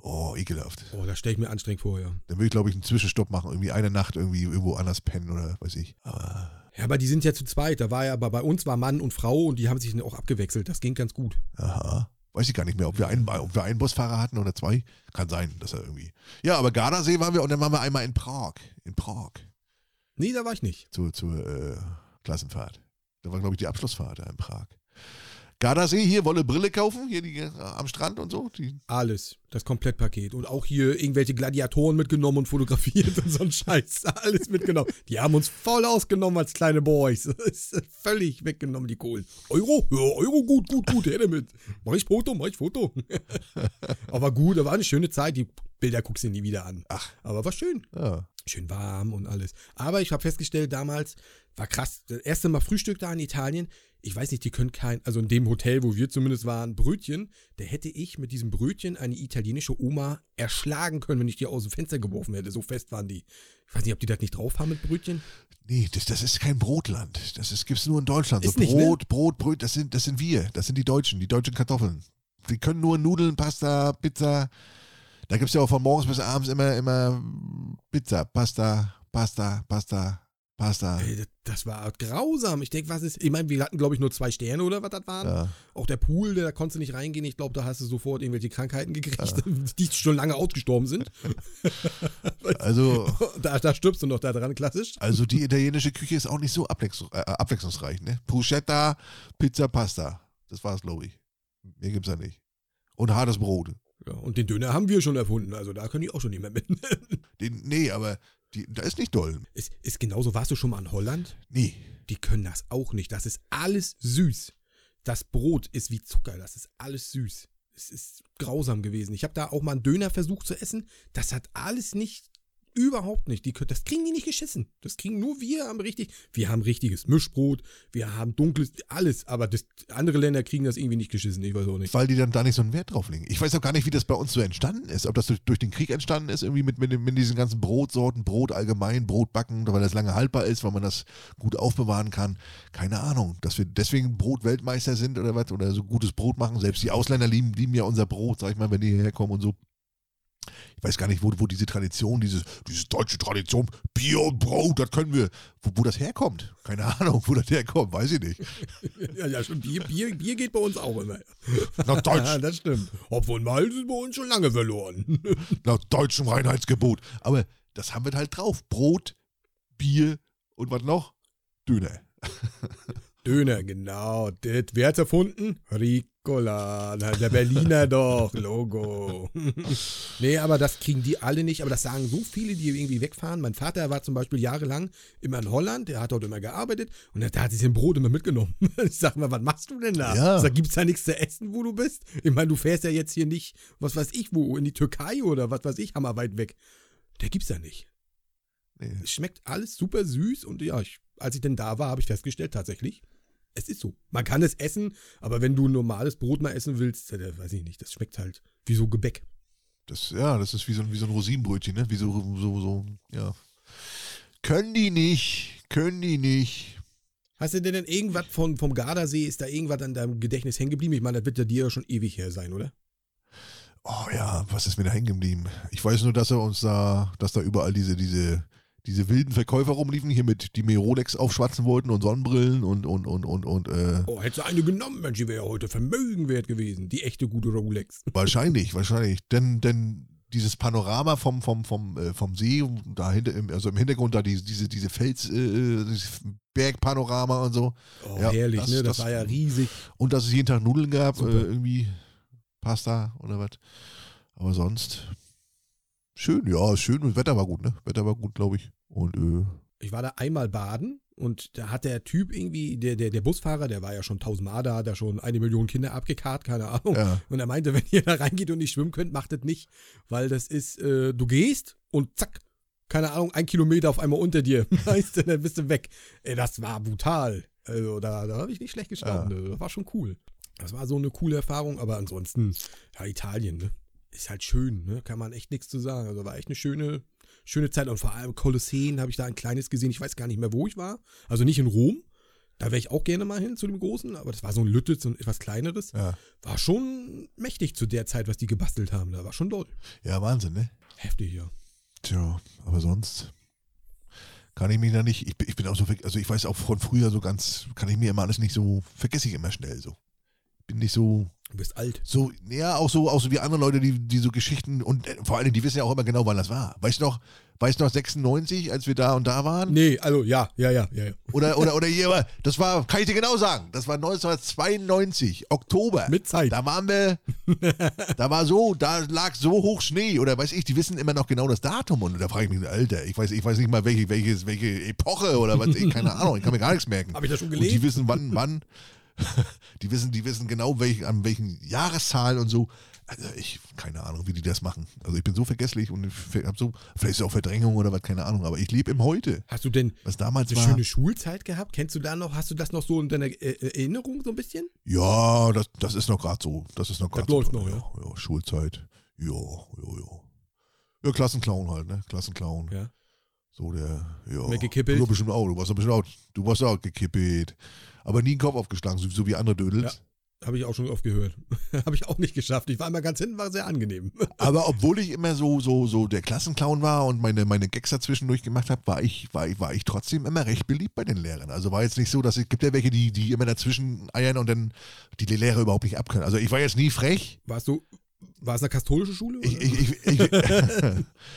A: oh, ekelhaft.
C: Oh, das stelle ich mir anstrengend vor, ja.
A: Dann würde ich, glaube ich, einen Zwischenstopp machen, irgendwie eine Nacht irgendwie irgendwo anders pennen oder weiß ich. Aber,
C: Ja, aber die sind ja zu zweit. Da war ja, aber bei uns war Mann und Frau und die haben sich dann auch abgewechselt. Das ging ganz gut.
A: aha. Weiß ich gar nicht mehr, ob wir, einen, ob wir einen Busfahrer hatten oder zwei. Kann sein, dass er irgendwie. Ja, aber Gardasee waren wir und dann waren wir einmal in Prag. In Prag.
C: Nee, da war ich nicht.
A: Zur, zur äh, Klassenfahrt. Da war, glaube ich, die Abschlussfahrt da in Prag. Gardasee, hier, wolle Brille kaufen, hier die, äh, am Strand und so. Die,
C: Alles. Das Komplettpaket. Und auch hier irgendwelche Gladiatoren mitgenommen und fotografiert und so ein Scheiß. [LAUGHS] Alles mitgenommen. Die haben uns voll ausgenommen als kleine Boys. [LAUGHS] Das ist Völlig weggenommen, die Kohlen. Euro? Ja, Euro, gut, gut, gut. Her damit. Mach ich Foto, mach ich Foto. [LAUGHS] aber gut, da war eine schöne Zeit. Die Bilder guckst du nie wieder an. Ach. Aber war schön.
A: ja.
C: schön warm und alles. Aber ich habe festgestellt, damals war krass, das erste Mal Frühstück da in Italien. Ich weiß nicht, die können kein, also in dem Hotel, wo wir zumindest waren, Brötchen, da hätte ich mit diesem Brötchen eine italienische Oma erschlagen können, wenn ich die aus dem Fenster geworfen hätte. So fest waren die. Ich weiß nicht, ob die das nicht drauf haben mit Brötchen.
A: Nee, das, das ist kein Brotland. Das gibt es nur in Deutschland.
C: Ist
A: so
C: nicht, ne?
A: Brot, Brot, Brot, das sind, das sind wir. Das sind die Deutschen, die deutschen Kartoffeln. Die können nur Nudeln, Pasta, Pizza. Da gibt es ja auch von morgens bis abends immer, immer Pizza, Pasta, Pasta, Pasta, Pasta.
C: Ey, Äh, das, das war grausam. Ich denke, was ist, ich meine, wir hatten, glaube ich, nur zwei Sterne oder was das waren.
A: Ja.
C: Auch der Pool, der- da konntest du nicht reingehen. Ich glaube, da hast du sofort irgendwelche Krankheiten gekriegt, [LAUGHS] die schon lange ausgestorben sind.
A: Also,
C: da, da stirbst du noch da dran, klassisch.
A: also die italienische Küche ist auch nicht so abwechsl äh, abwechslungsreich, ne? Bruschetta, Pizza, Pasta. Das war's, glaube ich. Mehr gibt's ja nicht. Und hartes Brot.
C: Ja, und den Döner haben wir schon erfunden, also da kann ich auch schon niemand mit. [LAUGHS]
A: Den, nee, aber die, da ist nicht doll.
C: Ist, ist genauso, warst du schon mal in Holland?
A: Nee.
C: Die können das auch nicht. Das ist alles süß. Das Brot ist wie Zucker, das ist alles süß. Es ist grausam gewesen. Ich habe da auch mal einen Döner versucht zu essen. Das hat alles nicht, überhaupt nicht. Die, kö- das kriegen die nicht geschissen. Das kriegen nur wir haben richtig. Wir haben richtiges Mischbrot, wir haben dunkles, alles. Aber das, andere Länder kriegen das irgendwie nicht geschissen. Ich weiß auch nicht.
A: weil die dann da nicht so einen Wert drauf legen. Ich weiß auch gar nicht, wie das bei uns so entstanden ist. Ob das durch, durch den Krieg entstanden ist, irgendwie mit, mit, dem- mit diesen ganzen Brotsorten, Brot allgemein, Brot backen, weil das lange haltbar ist, weil man das gut aufbewahren kann. Keine Ahnung, dass wir deswegen Brotweltmeister sind oder was, oder so gutes Brot machen. Selbst die Ausländer lieben, lieben ja unser Brot, sag ich mal, wenn die hierher kommen und so. Ich weiß gar nicht, wo, wo diese Tradition, dieses, diese deutsche Tradition, Bier und Brot, das können wir, wo, wo das herkommt. Keine Ahnung, wo das herkommt, weiß ich nicht.
C: Ja, ja, schon Bier, Bier, Bier geht bei uns auch immer. [LAUGHS]
A: Nach Deutsch,
C: Ja, das stimmt. Obwohl Malz ist bei uns schon lange verloren.
A: Nach deutschem Reinheitsgebot. Aber das haben wir halt drauf. Brot, Bier und was noch? Döner.
C: Döner, genau. Das, wer hat's erfunden? Ricola. Na, Der [LAUGHS] Berliner doch. Logo. [LAUGHS] nee, aber das kriegen die alle nicht. Aber das sagen so viele, die irgendwie wegfahren. Mein Vater war zum Beispiel jahrelang immer in Holland. Der hat dort immer gearbeitet. Und der, der hat sich sein Brot immer mitgenommen. [LAUGHS] Ich sag mal, was machst du denn da?
A: Ja.
C: Ich Sag, gibt's da nichts zu essen, wo du bist? Ich meine, du fährst ja jetzt hier nicht, was weiß ich, wo, in die Türkei oder was weiß ich, hammerweit weg. Der gibt's ja nicht.
A: Nee.
C: Es schmeckt alles super süß und ja, ich, als ich denn da war, habe ich festgestellt, tatsächlich, es ist so. Man kann es essen, aber wenn du ein normales Brot mal essen willst, äh, weiß ich nicht, das schmeckt halt wie so Gebäck.
A: Das, ja, das ist wie so, ein- wie so ein Rosinenbrötchen, ne? Wie so, so, so, ja. Können die nicht, können die nicht.
C: Hast du denn, denn irgendwas von, vom Gardasee, ist da irgendwas an deinem Gedächtnis hängen geblieben? Ich meine, das wird ja dir ja schon ewig her sein, oder?
A: Oh ja, was ist mir da hängen geblieben? Ich weiß nur, dass er uns da, dass da überall diese, diese, diese wilden Verkäufer rumliefen, hier mit, die mir Rolex aufschwatzen wollten und Sonnenbrillen und, und, und, und, und, äh,
C: Oh, hättest du eine genommen, Mensch, die wäre ja heute Vermögen wert gewesen. Die echte gute Rolex.
A: wahrscheinlich, wahrscheinlich. Denn, denn dieses Panorama vom, vom, vom, äh, vom See, da hinter, im, also im Hintergrund da diese, diese, diese Fels, äh, dieses Bergpanorama und so.
C: Oh,
A: Ja,
C: herrlich,
A: das-
C: ne? Das,
A: das- mhm.
C: war ja riesig.
A: Und dass es jeden Tag Nudeln gab, äh,
C: Super.
A: irgendwie Pasta oder was. Aber sonst schön, ja, schön und Wetter war gut, ne? Wetter war gut, glaube ich. Und äh,
C: Ich war da einmal baden und da hat der Typ irgendwie, der, der, der Busfahrer, der war ja schon tausendmal da, hat da schon eine Million Kinder abgekarrt, keine Ahnung.
A: ja,
C: Und er meinte, [LAUGHS] wenn ihr da reingeht und nicht schwimmen könnt, macht das nicht. Weil das ist, äh, du gehst und zack, keine Ahnung, ein Kilometer auf einmal unter dir. [LAUGHS] Weißt du, dann bist du weg. Ey, das war brutal. Also da, da habe ich nicht schlecht gestanden. Also, Das war schon cool. Das war so eine coole Erfahrung, aber ansonsten, ja, Italien, ne? Ist halt schön, ne? Kann man echt nichts zu sagen. Also war echt eine schöne, schöne Zeit. Und vor allem Kolosseen habe ich da ein kleines gesehen. Ich weiß gar nicht mehr, wo ich war. Also nicht in Rom. Da wäre ich auch gerne mal hin zu dem Großen, aber das war so ein Lüttitz und etwas kleineres
A: ja.
C: war schon mächtig zu der Zeit, was die gebastelt haben. Da war schon doll.
A: Ja, Wahnsinn, ne?
C: Heftig, ja.
A: Tja, aber sonst kann ich mich da nicht, ich bin, ich bin auch so, ver- also ich weiß auch von früher so ganz, kann ich mir immer alles nicht so, vergesse ich immer schnell so. Bin nicht so,
C: Du bist alt.
A: so, ja, auch so, auch so wie andere Leute, die, die so Geschichten und äh, vor allen Dingen, die wissen ja auch immer genau, wann das war. Weißt du noch, weißt du noch 96, als wir da und da waren?
C: Nee, also ja, ja, ja, ja. ja.
A: Oder, oder, oder hier, aber das war, kann ich dir genau sagen, das war 1992, Oktober.
C: Mit Zeit.
A: Da waren wir, da war so, da lag so hoch Schnee oder weiß ich, die wissen immer noch genau das Datum und da frage ich mich, Alter, ich weiß, ich weiß nicht mal, welche, welches, welche Epoche oder was, ich, keine Ahnung, ich kann mir gar nichts merken.
C: Hab ich das schon
A: und die
C: gelesen?
A: wissen wann, wann, [LAUGHS] die wissen, die wissen genau, welch, an welchen Jahreszahlen und so. Also ich, keine Ahnung, wie die das machen. Also ich bin so vergesslich und ich hab so, vielleicht ist es auch Verdrängung oder was, keine Ahnung, aber ich lebe im Heute.
C: Hast du denn
A: Was damals
C: eine
A: war.
C: schöne Schulzeit gehabt? Kennst du da noch, hast du das noch so in deiner äh, Erinnerung so ein bisschen?
A: Ja, das, das ist noch gerade so. Das ist noch
C: Das
A: gerade so.
C: läuft
A: drin,
C: noch,
A: ja. ja. Schulzeit. Ja, ja, ja. Ja, Klassenclown halt, ne? Klassenclown.
C: Ja.
A: So der, ja.
C: Mehr gekippelt.
A: Du warst bestimmt auch, du warst doch bestimmt auch, du warst auch gekippelt. Aber nie den Kopf aufgeschlagen, so, so wie andere Dödels.
C: Habe ich auch schon oft gehört. [LAUGHS] Habe ich auch nicht geschafft. Ich war einmal ganz hinten, war sehr angenehm.
A: Aber obwohl ich immer so, so, so der Klassenclown war und meine, meine Gags dazwischendurch gemacht habe, war ich, war, ich, war ich trotzdem immer recht beliebt bei den Lehrern. Also war jetzt nicht so, dass es gibt ja welche, die, die immer dazwischen eiern und dann die Lehrer überhaupt nicht abkönnen. Also ich war jetzt nie frech.
C: Warst du, war es eine katholische Schule?
A: Ich,
C: oder?
A: ich, ich,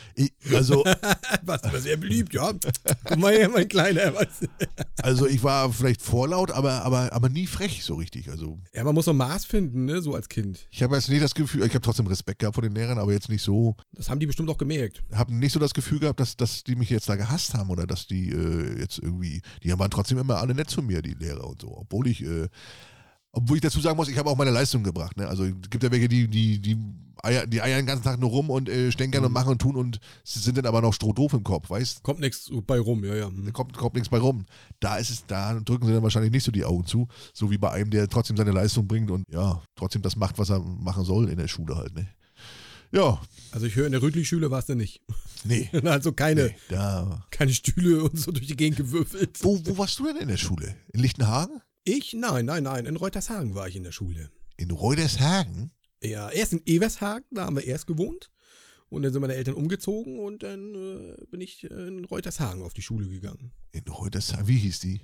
A: [LAUGHS] ich, ich, also,
C: [LAUGHS] Warst du immer sehr beliebt, ja. Guck mal her, mein Kleiner. Was?
A: also ich war vielleicht vorlaut, aber, aber, aber nie frech so richtig. Also
C: Ja, man muss so ein Maß finden, ne, so als Kind.
A: ich habe jetzt nicht das Gefühl, ich habe trotzdem Respekt gehabt vor den Lehrern, aber jetzt nicht so,
C: Das haben die bestimmt auch gemerkt.
A: habe nicht so das Gefühl gehabt, dass, dass die mich jetzt da gehasst haben oder dass die äh, jetzt irgendwie, die waren trotzdem immer alle nett zu mir, die Lehrer und so, obwohl ich, äh, obwohl ich dazu sagen muss, ich habe auch meine Leistung gebracht. Ne? Also es gibt ja welche, die, die, die Eier, die eiern den ganzen Tag nur rum und äh, stänkern und machen und tun und sie sind dann aber noch strohdoof im Kopf, weißt?
C: Kommt nichts bei rum, ja, ja.
A: Da kommt, kommt nichts bei rum. Da ist es, da drücken sie dann wahrscheinlich nicht so die Augen zu, so wie bei einem, der trotzdem seine Leistung bringt und ja, trotzdem das macht, was er machen soll in der Schule halt, ne? Ja,
C: Also ich höre, in der Rüttlich-Schule warst du nicht. [LAUGHS]
A: nee.
C: Also keine,
A: nee da.
C: keine Stühle und so durch die Gegend gewürfelt.
A: Wo, wo warst du denn in der Schule? In Lichtenhagen?
C: Ich? Nein, nein, nein. In Reutershagen war ich in der Schule.
A: In Reudershagen?
C: Ja, erst in Evershagen, da haben wir erst gewohnt. Und dann sind meine Eltern umgezogen und dann äh, bin ich äh, in Reutershagen auf die Schule gegangen.
A: In Reudershagen, wie hieß die?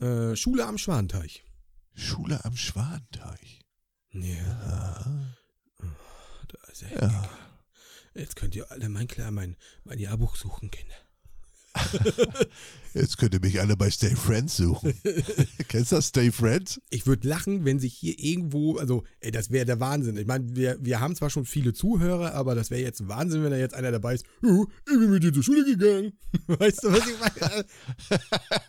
C: Äh, Schule am Schwanteich.
A: Schule am Schwanteich.
C: Ja, Oh,
A: Ah,
C: da ist er.
A: ja.
C: Jetzt könnt ihr alle mein, klar, mein, mein Jahrbuch suchen, Kinder.
A: Jetzt könnt ihr mich alle bei Stay Friends suchen. Kennst du das, Stay Friends? [LAUGHS]
C: Ich würde lachen, wenn sich hier irgendwo, also, ey, das wäre der Wahnsinn. Ich meine, wir, wir haben zwar schon viele Zuhörer, aber das wäre jetzt ein Wahnsinn, wenn da jetzt einer dabei ist, "Oh, ich bin mit dir zur Schule gegangen. [LAUGHS] Weißt du, was ich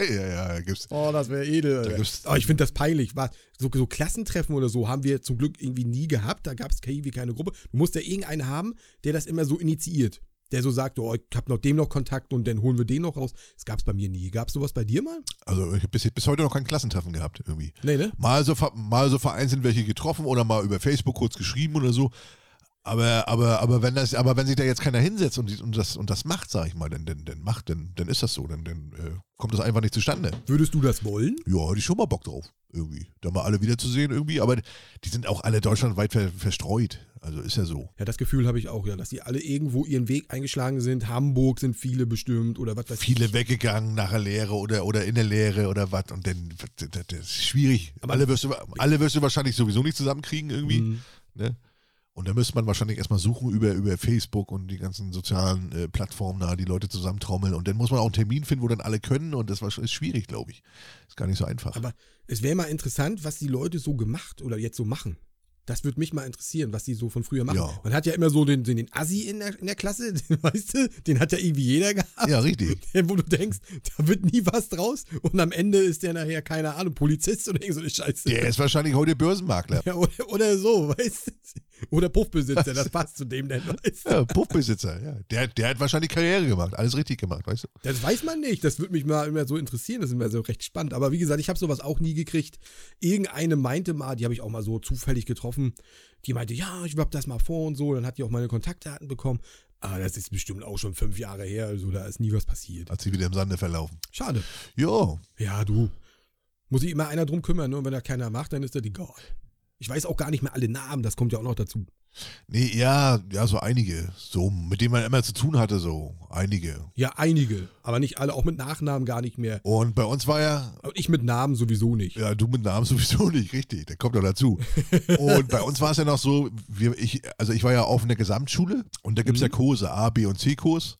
C: meine?
A: ja, ja, gibt's.
C: [LAUGHS] Oh, das wäre edel.
A: Da
C: Alter.
A: gibt's-
C: Aber Oh, ich finde das peinlich. Was, so, so Klassentreffen oder so haben wir zum Glück irgendwie nie gehabt. Da gab es irgendwie keine Gruppe. Du musst ja irgendeinen haben, der das immer so initiiert. Der so sagt, oh, ich hab noch dem noch Kontakt und dann holen wir den noch raus. Das gab's bei mir nie. Gab's sowas bei dir mal?
A: Also ich habe bis, bis heute noch keinen Klassentreffen gehabt, irgendwie.
C: Nee, ne?
A: Mal so, ver- mal so vereinzelt welche getroffen oder mal über Facebook kurz geschrieben oder so. Aber, aber, aber wenn das, aber wenn sich da jetzt keiner hinsetzt und, und das und das macht, sag ich mal, dann, dann, dann macht, dann, dann ist das so, dann, dann äh, kommt das einfach nicht zustande.
C: Würdest du das wollen?
A: Ja, hätte ich schon mal Bock drauf, irgendwie. Da mal alle wiederzusehen, irgendwie. Aber die sind auch alle deutschlandweit ver verstreut. Also ist ja so.
C: Ja, das Gefühl habe ich auch, ja, dass die alle irgendwo ihren Weg eingeschlagen sind. Hamburg sind viele bestimmt oder was weiß ich.
A: Viele weggegangen nach der Lehre oder, oder in der Lehre oder was. Und dann, das, das- das ist schwierig.
C: Aber-
A: alle, wirst du, alle wirst du wahrscheinlich sowieso nicht zusammenkriegen, irgendwie.
C: Mhm.
A: Ne? Und da müsste man wahrscheinlich erstmal suchen über, über Facebook und die ganzen sozialen äh, Plattformen, da die Leute zusammentrommeln. Und dann muss man auch einen Termin finden, wo dann alle können. Und das war, ist schwierig, glaube ich. Ist gar nicht so einfach.
C: Aber es wäre mal interessant, was die Leute so gemacht oder jetzt so machen. Das würde mich mal interessieren, was die so von früher machen.
A: Ja.
C: Man hat ja immer so den, den, den Assi in der, in der Klasse, [LAUGHS] den, weißt du, den hat ja irgendwie jeder gehabt. [LAUGHS]
A: ja, richtig.
C: Der, wo du denkst, da wird nie was draus und am Ende ist der nachher, keine Ahnung, Polizist oder irgend so eine Scheiße.
A: Der ist wahrscheinlich heute Börsenmakler.
C: Ja, oder, oder so, [LAUGHS] weißt du? Oder Puffbesitzer, das passt zu dem denn, [LAUGHS] weißt du?
A: Ja, Puffbesitzer, ja. Der, der hat wahrscheinlich Karriere gemacht, alles richtig gemacht, weißt du?
C: Das weiß man nicht. Das würde mich mal immer so interessieren. Das ist immer so recht spannend. Aber wie gesagt, ich habe sowas auch nie gekriegt. Irgendeine meinte mal, die habe ich auch mal so zufällig getroffen, die meinte, ja, ich hab das mal vor und so. Dann hat die auch meine Kontaktdaten bekommen. Aber das ist bestimmt auch schon fünf Jahre her. Also da ist nie was passiert.
A: Hat sich wieder im Sande verlaufen.
C: Schade.
A: Jo,
C: Ja, du. Muss sich immer einer drum kümmern. Ne? Und wenn da keiner macht, dann ist das egal. Ich weiß auch gar nicht mehr alle Namen. Das kommt ja auch noch dazu.
A: nee, ja, ja, so einige, so, mit denen man immer zu tun hatte, so, einige.
C: Ja, einige. Aber nicht alle. Auch mit Nachnamen gar nicht mehr.
A: Und bei uns war ja,
C: Und ich mit Namen sowieso nicht.
A: ja, du mit Namen [LAUGHS] sowieso nicht, richtig, der kommt doch dazu. Und bei uns war es ja noch so, wir, ich, also ich war ja auf einer Gesamtschule und da gibt es ja Kurse, A, B und C-Kurs.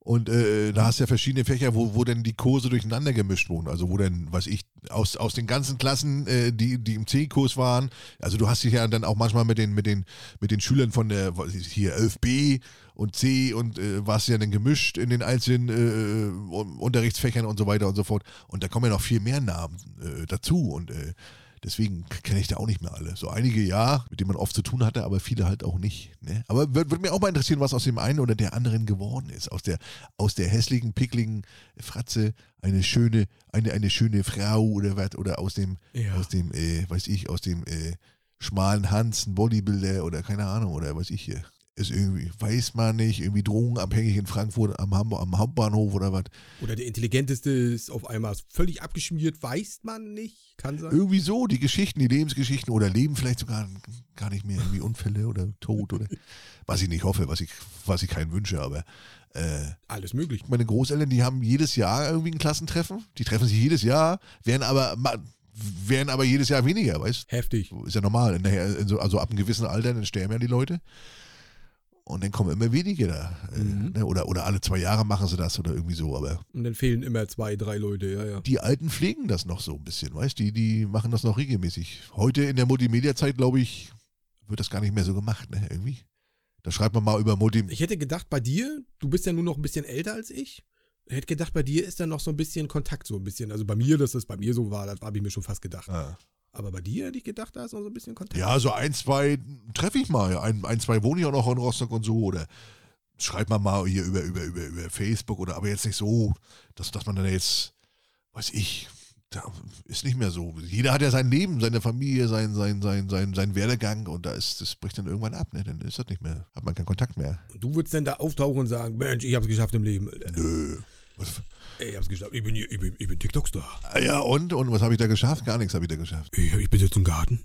A: Und äh, da hast du ja verschiedene Fächer, wo, wo denn die Kurse durcheinander gemischt wurden. Also wo denn, weiß ich, aus, aus den ganzen Klassen, äh, die, die im C-Kurs waren, also du hast dich ja dann auch manchmal mit den, mit den, mit den Schülern von der, was ist hier, 11b und C und äh, warst ja dann gemischt in den einzelnen äh, Un- Unterrichtsfächern und so weiter und so fort. Und da kommen ja noch viel mehr Namen äh, dazu und äh, Deswegen kenne ich da auch nicht mehr alle. So einige ja, mit denen man oft zu tun hatte, aber viele halt auch nicht. Ne? Aber würde würd mir auch mal interessieren, was aus dem einen oder der anderen geworden ist. Aus der, aus der hässlichen, pickligen Fratze eine schöne, eine, eine schöne Frau oder was, oder aus dem,
C: Ja.
A: aus dem, äh, weiß ich, aus dem äh, schmalen Hans, ein Bodybuilder oder keine Ahnung, oder weiß ich hier. Ist irgendwie, weiß man nicht, irgendwie drogenabhängig in Frankfurt am, Hamburg, am Hauptbahnhof oder was.
C: Oder der intelligenteste ist auf einmal völlig abgeschmiert, weiß man nicht, kann sein.
A: Irgendwie so, die Geschichten, die Lebensgeschichten oder Leben vielleicht sogar gar nicht mehr, irgendwie Unfälle oder Tod oder [LAUGHS] was ich nicht hoffe, was ich, was ich keinen wünsche, aber äh,
C: Alles möglich.
A: meine Großeltern, die haben jedes Jahr irgendwie ein Klassentreffen, die treffen sich jedes Jahr, werden aber, ma- werden aber jedes Jahr weniger, weißt
C: Heftig.
A: ist ja normal. Nachher, also, also ab einem gewissen Alter, dann sterben ja die Leute. Und dann kommen immer weniger da. äh,
C: Mhm.
A: Ne? Oder, oder alle zwei Jahre machen sie das oder irgendwie so. Aber
C: Und dann fehlen immer zwei, drei Leute, ja, ja.
A: die Alten pflegen das noch so ein bisschen, weißt du? Die, die machen das noch regelmäßig. Heute in der Multimedia-Zeit, glaube ich, wird das gar nicht mehr so gemacht, ne? Irgendwie. Da schreibt man mal über Multi.
C: Ich hätte gedacht, bei dir, du bist ja nur noch ein bisschen älter als ich. Ich hätte gedacht, bei dir ist da noch so ein bisschen Kontakt, so ein bisschen. Also bei mir, dass das bei mir so war, das habe ich mir schon fast gedacht.
A: Ah.
C: Aber bei dir hätte ich gedacht, da ist noch so ein bisschen Kontakt.
A: Ja, so ein, zwei treffe ich mal. Ein, ein zwei wohne ich auch noch in Rostock und so. Oder schreibt man mal hier über, über, über, über Facebook oder aber jetzt nicht so, dass, dass man dann jetzt, weiß ich, da ist nicht mehr so. Jeder hat ja sein Leben, seine Familie, sein, sein, sein, sein, sein Werdegang und da ist, das bricht dann irgendwann ab, ne? Dann ist das nicht mehr, hat man keinen Kontakt mehr.
C: Und du würdest dann da auftauchen und sagen, Mensch, ich hab's geschafft im Leben, Alter.
A: Nö. Was,
C: Ey, Ich hab's geschafft. Ich bin, hier- ich bin, ich bin TikTok-Star.
A: Ah ja, und? Und was habe ich da geschafft? Gar nichts habe ich da geschafft. [LAUGHS]
C: Ich, ich besitze einen Garten.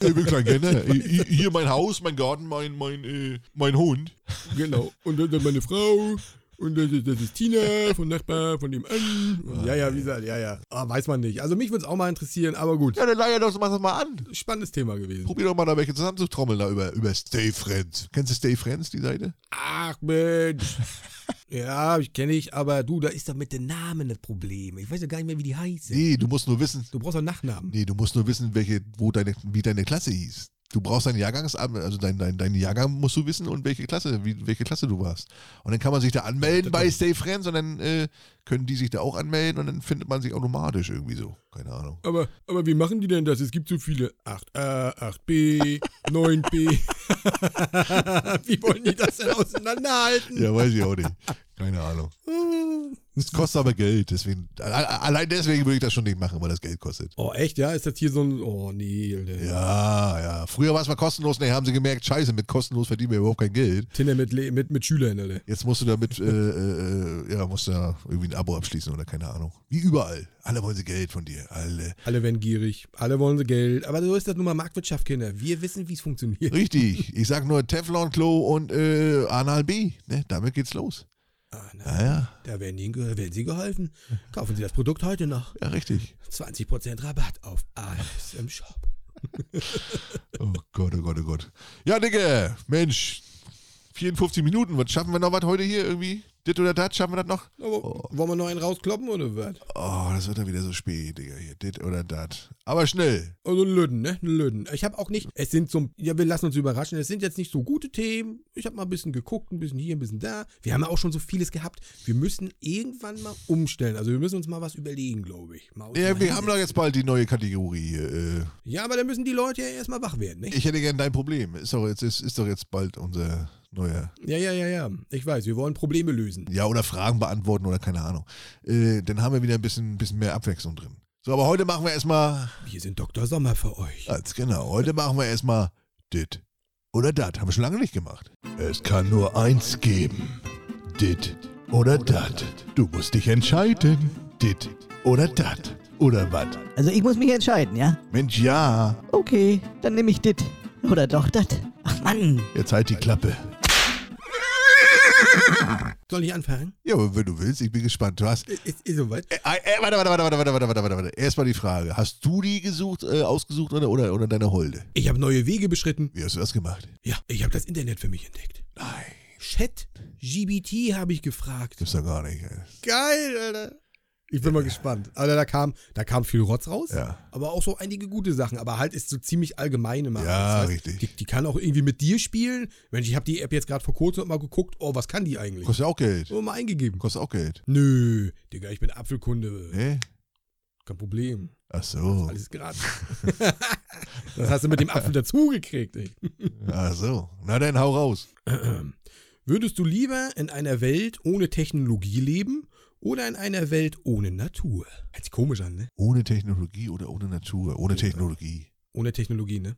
A: Ich bin klein Kinder. Hier hier mein Haus, mein Garten, mein, mein, äh, mein Hund.
C: Genau. Und das ist meine Frau. Und das ist, das ist Tina vom Nachbar, von dem an. Und Ah, ja, ja, wie gesagt, ja, ja. Ah, weiß man nicht. Also mich würde es auch mal interessieren, aber gut.
A: Ja, dann leier doch mach das mal an.
C: Spannendes Thema gewesen.
A: Probier doch mal da welche zusammenzutrommeln da über, über Stay Friends. Kennst du Stay Friends, die Seite?
C: Ach, Mensch. Ja, ich kenne ich, aber du, da ist doch mit den Namen das Problem. Ich weiß ja gar nicht mehr, wie die heißen.
A: Nee, du musst nur wissen,
C: Du brauchst doch Nachnamen.
A: nee, du musst nur wissen, welche, wo deine, wie deine Klasse hieß. Du brauchst deinen Jahrgangs, also deinen dein, deinen Jahrgang musst du wissen und welche Klasse, wie, welche Klasse du warst. Und dann kann man sich da anmelden bei Stay Friends und dann äh, können die sich da auch anmelden und dann findet man sich automatisch irgendwie so. Keine Ahnung.
C: Aber, aber wie machen die denn das? Es gibt so viele 8a, 8b, [LAUGHS] 9b. wie wollen die das denn auseinanderhalten?
A: Ja, weiß ich auch nicht. Keine Ahnung. Es kostet aber Geld, deswegen. alle- Allein deswegen würde ich das schon nicht machen, weil das Geld kostet.
C: Oh, echt, ja? Ist das hier so ein. Oh, nee, Alter.
A: Ja, ja. Früher war es mal kostenlos, ne, haben sie gemerkt, scheiße, mit kostenlos verdienen wir überhaupt kein Geld.
C: Tinder mit, Le- mit, mit Schülern, Alter.
A: Jetzt musst du damit, äh, äh, äh, ja, musst du da irgendwie ein Abo abschließen oder keine Ahnung. Wie überall. Alle wollen sie Geld von dir. Alle.
C: Alle werden gierig, alle wollen sie Geld. Aber so ist das nun mal Marktwirtschaft, Kinder. Wir wissen, wie es funktioniert.
A: Richtig. Ich sag nur Teflon-Klo und äh, Anal B. Ne, damit geht's los.
C: Ah, na,
A: Naja,
C: da werden, ihnen, ge- werden sie geholfen. Kaufen sie das Produkt heute noch.
A: ja, richtig.
C: 20% Rabatt auf alles im Shop.
A: Oh Gott, oh Gott, oh Gott. Ja, Digga, Mensch. 54 Minuten. Was schaffen wir noch was heute hier irgendwie? Dit oder dat? Schaffen wir das noch?
C: Aber Wollen wir noch einen rauskloppen oder was?
A: Oh, das wird dann wieder so spät, Digga. Hier, dit oder dat. Aber schnell.
C: Also Löden, ne? Löden. Ich habe auch nicht, es sind so, ja, wir lassen uns überraschen, es sind jetzt nicht so gute Themen. Ich habe mal ein bisschen geguckt, ein bisschen hier, ein bisschen da. Wir haben ja auch schon so vieles gehabt. Wir müssen irgendwann mal umstellen. Also wir müssen uns mal was überlegen, glaube ich. Mal uns
A: Ja,
C: mal
A: wir haben doch
C: hinsetzen.
A: jetzt bald die neue Kategorie hier. Äh,
C: ja, aber dann müssen die Leute ja erstmal wach werden, ne?
A: ich hätte gern dein Problem. Ist doch jetzt, ist, ist doch jetzt bald unser neuer.
C: Ja, ja, ja, ja. Ich weiß, wir wollen Probleme lösen.
A: Ja, oder Fragen beantworten oder keine Ahnung. Äh, dann haben wir wieder ein bisschen, bisschen mehr Abwechslung drin. So, aber heute machen wir erstmal.
C: Wir sind Dr. Sommer für euch.
A: Als genau, heute machen wir erstmal dit oder dat. Haben wir schon lange nicht gemacht. Es kann nur eins geben. Dit oder dat. Du musst dich entscheiden. Dit oder dat. Oder wat?
D: Also ich muss mich entscheiden, ja?
A: Mensch, ja.
D: Okay, dann nehme ich dit. Oder doch dat. Ach Mann.
A: Jetzt halt die Klappe.
C: Soll ich anfangen?
A: Ja, aber wenn du willst, ich bin gespannt. Du hast. Äh,
C: Ist, ist soweit.
A: äh, warte, warte, warte, warte, warte, warte, warte, warte, warte. Erstmal die Frage. Hast du die gesucht, äh, ausgesucht oder, oder, oder deine Holde?
C: Ich habe neue Wege beschritten.
A: Wie hast du das gemacht?
C: Ja, ich habe das Internet für mich entdeckt.
A: Nein,
C: Chat GBT habe ich gefragt.
A: gibt's doch gar nicht. ey.
C: Geil, Alter. Ich bin mal gespannt. Alter, da kam, da kam viel Rotz raus,
A: Ja.
C: aber auch so einige gute Sachen. Aber halt ist so ziemlich allgemein immer.
A: Ja,
C: Das
A: richtig.
C: Die, die kann auch irgendwie mit dir spielen. Mensch, ich habe die App jetzt gerade vor kurzem mal geguckt. Oh, was kann die eigentlich?
A: Kostet ja auch Geld.
C: So mal eingegeben.
A: Kostet auch Geld.
C: Nö, Digga, ich bin Apfelkunde.
A: Hä?
C: Kein Problem.
A: Ach so.
C: Alles gratis. [LAUGHS] das hast du mit dem Apfel dazugekriegt, ey. [CLEARS THROAT]
A: Ach so. Na dann hau raus.
C: Würdest du lieber in einer Welt ohne Technologie leben oder in einer Welt ohne Natur? Hört sich komisch an, ne?
A: Ohne Technologie oder ohne Natur? Ohne Technologie.
C: Ohne Technologie, ne?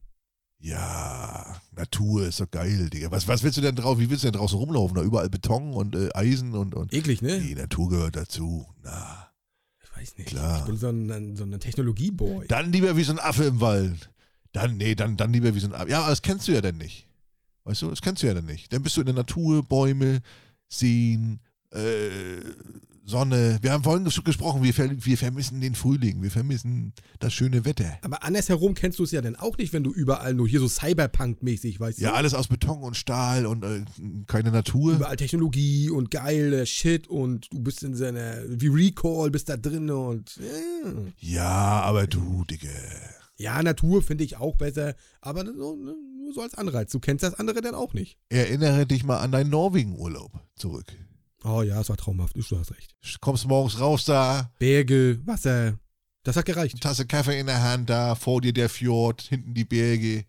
A: Ja, Natur ist doch geil, Digga. Was, was willst du denn drauf? Wie willst du denn draußen rumlaufen? Da überall Beton und äh, Eisen und, und.
C: Eklig, ne?
A: Die Natur gehört dazu. Na.
C: Ich weiß nicht.
A: Klar.
C: Ich bin so ein, so ein Technologieboy.
A: Dann lieber wie so ein Affe im Wald. Dann, nee, dann, dann lieber wie so ein Affe. Ja, aber das kennst du ja dann nicht. Weißt du, das kennst du ja dann nicht. Dann bist du in der Natur, Bäume, Seen, äh, Sonne. Wir haben vorhin ges- gesprochen, wir, ver wir vermissen den Frühling, wir vermissen das schöne Wetter.
C: Aber andersherum kennst du es ja dann auch nicht, wenn du überall nur hier so Cyberpunk-mäßig, weißt
A: Ja,
C: du?
A: alles aus Beton und Stahl und äh, keine Natur.
C: Überall Technologie und geiler Shit und du bist in seiner, wie Recall, bist da drin und. äh.
A: Ja, aber du, Digga.
C: Ja, Natur finde ich auch besser, aber so, ne, nur so als Anreiz. Du kennst das andere dann auch nicht.
A: Erinnere dich mal an deinen Norwegen-Urlaub zurück.
C: Oh ja, es war traumhaft, du hast recht.
A: Kommst morgens raus da,
C: Berge, Wasser, das hat gereicht.
A: Tasse Kaffee in der Hand da, vor dir der Fjord, hinten die Berge.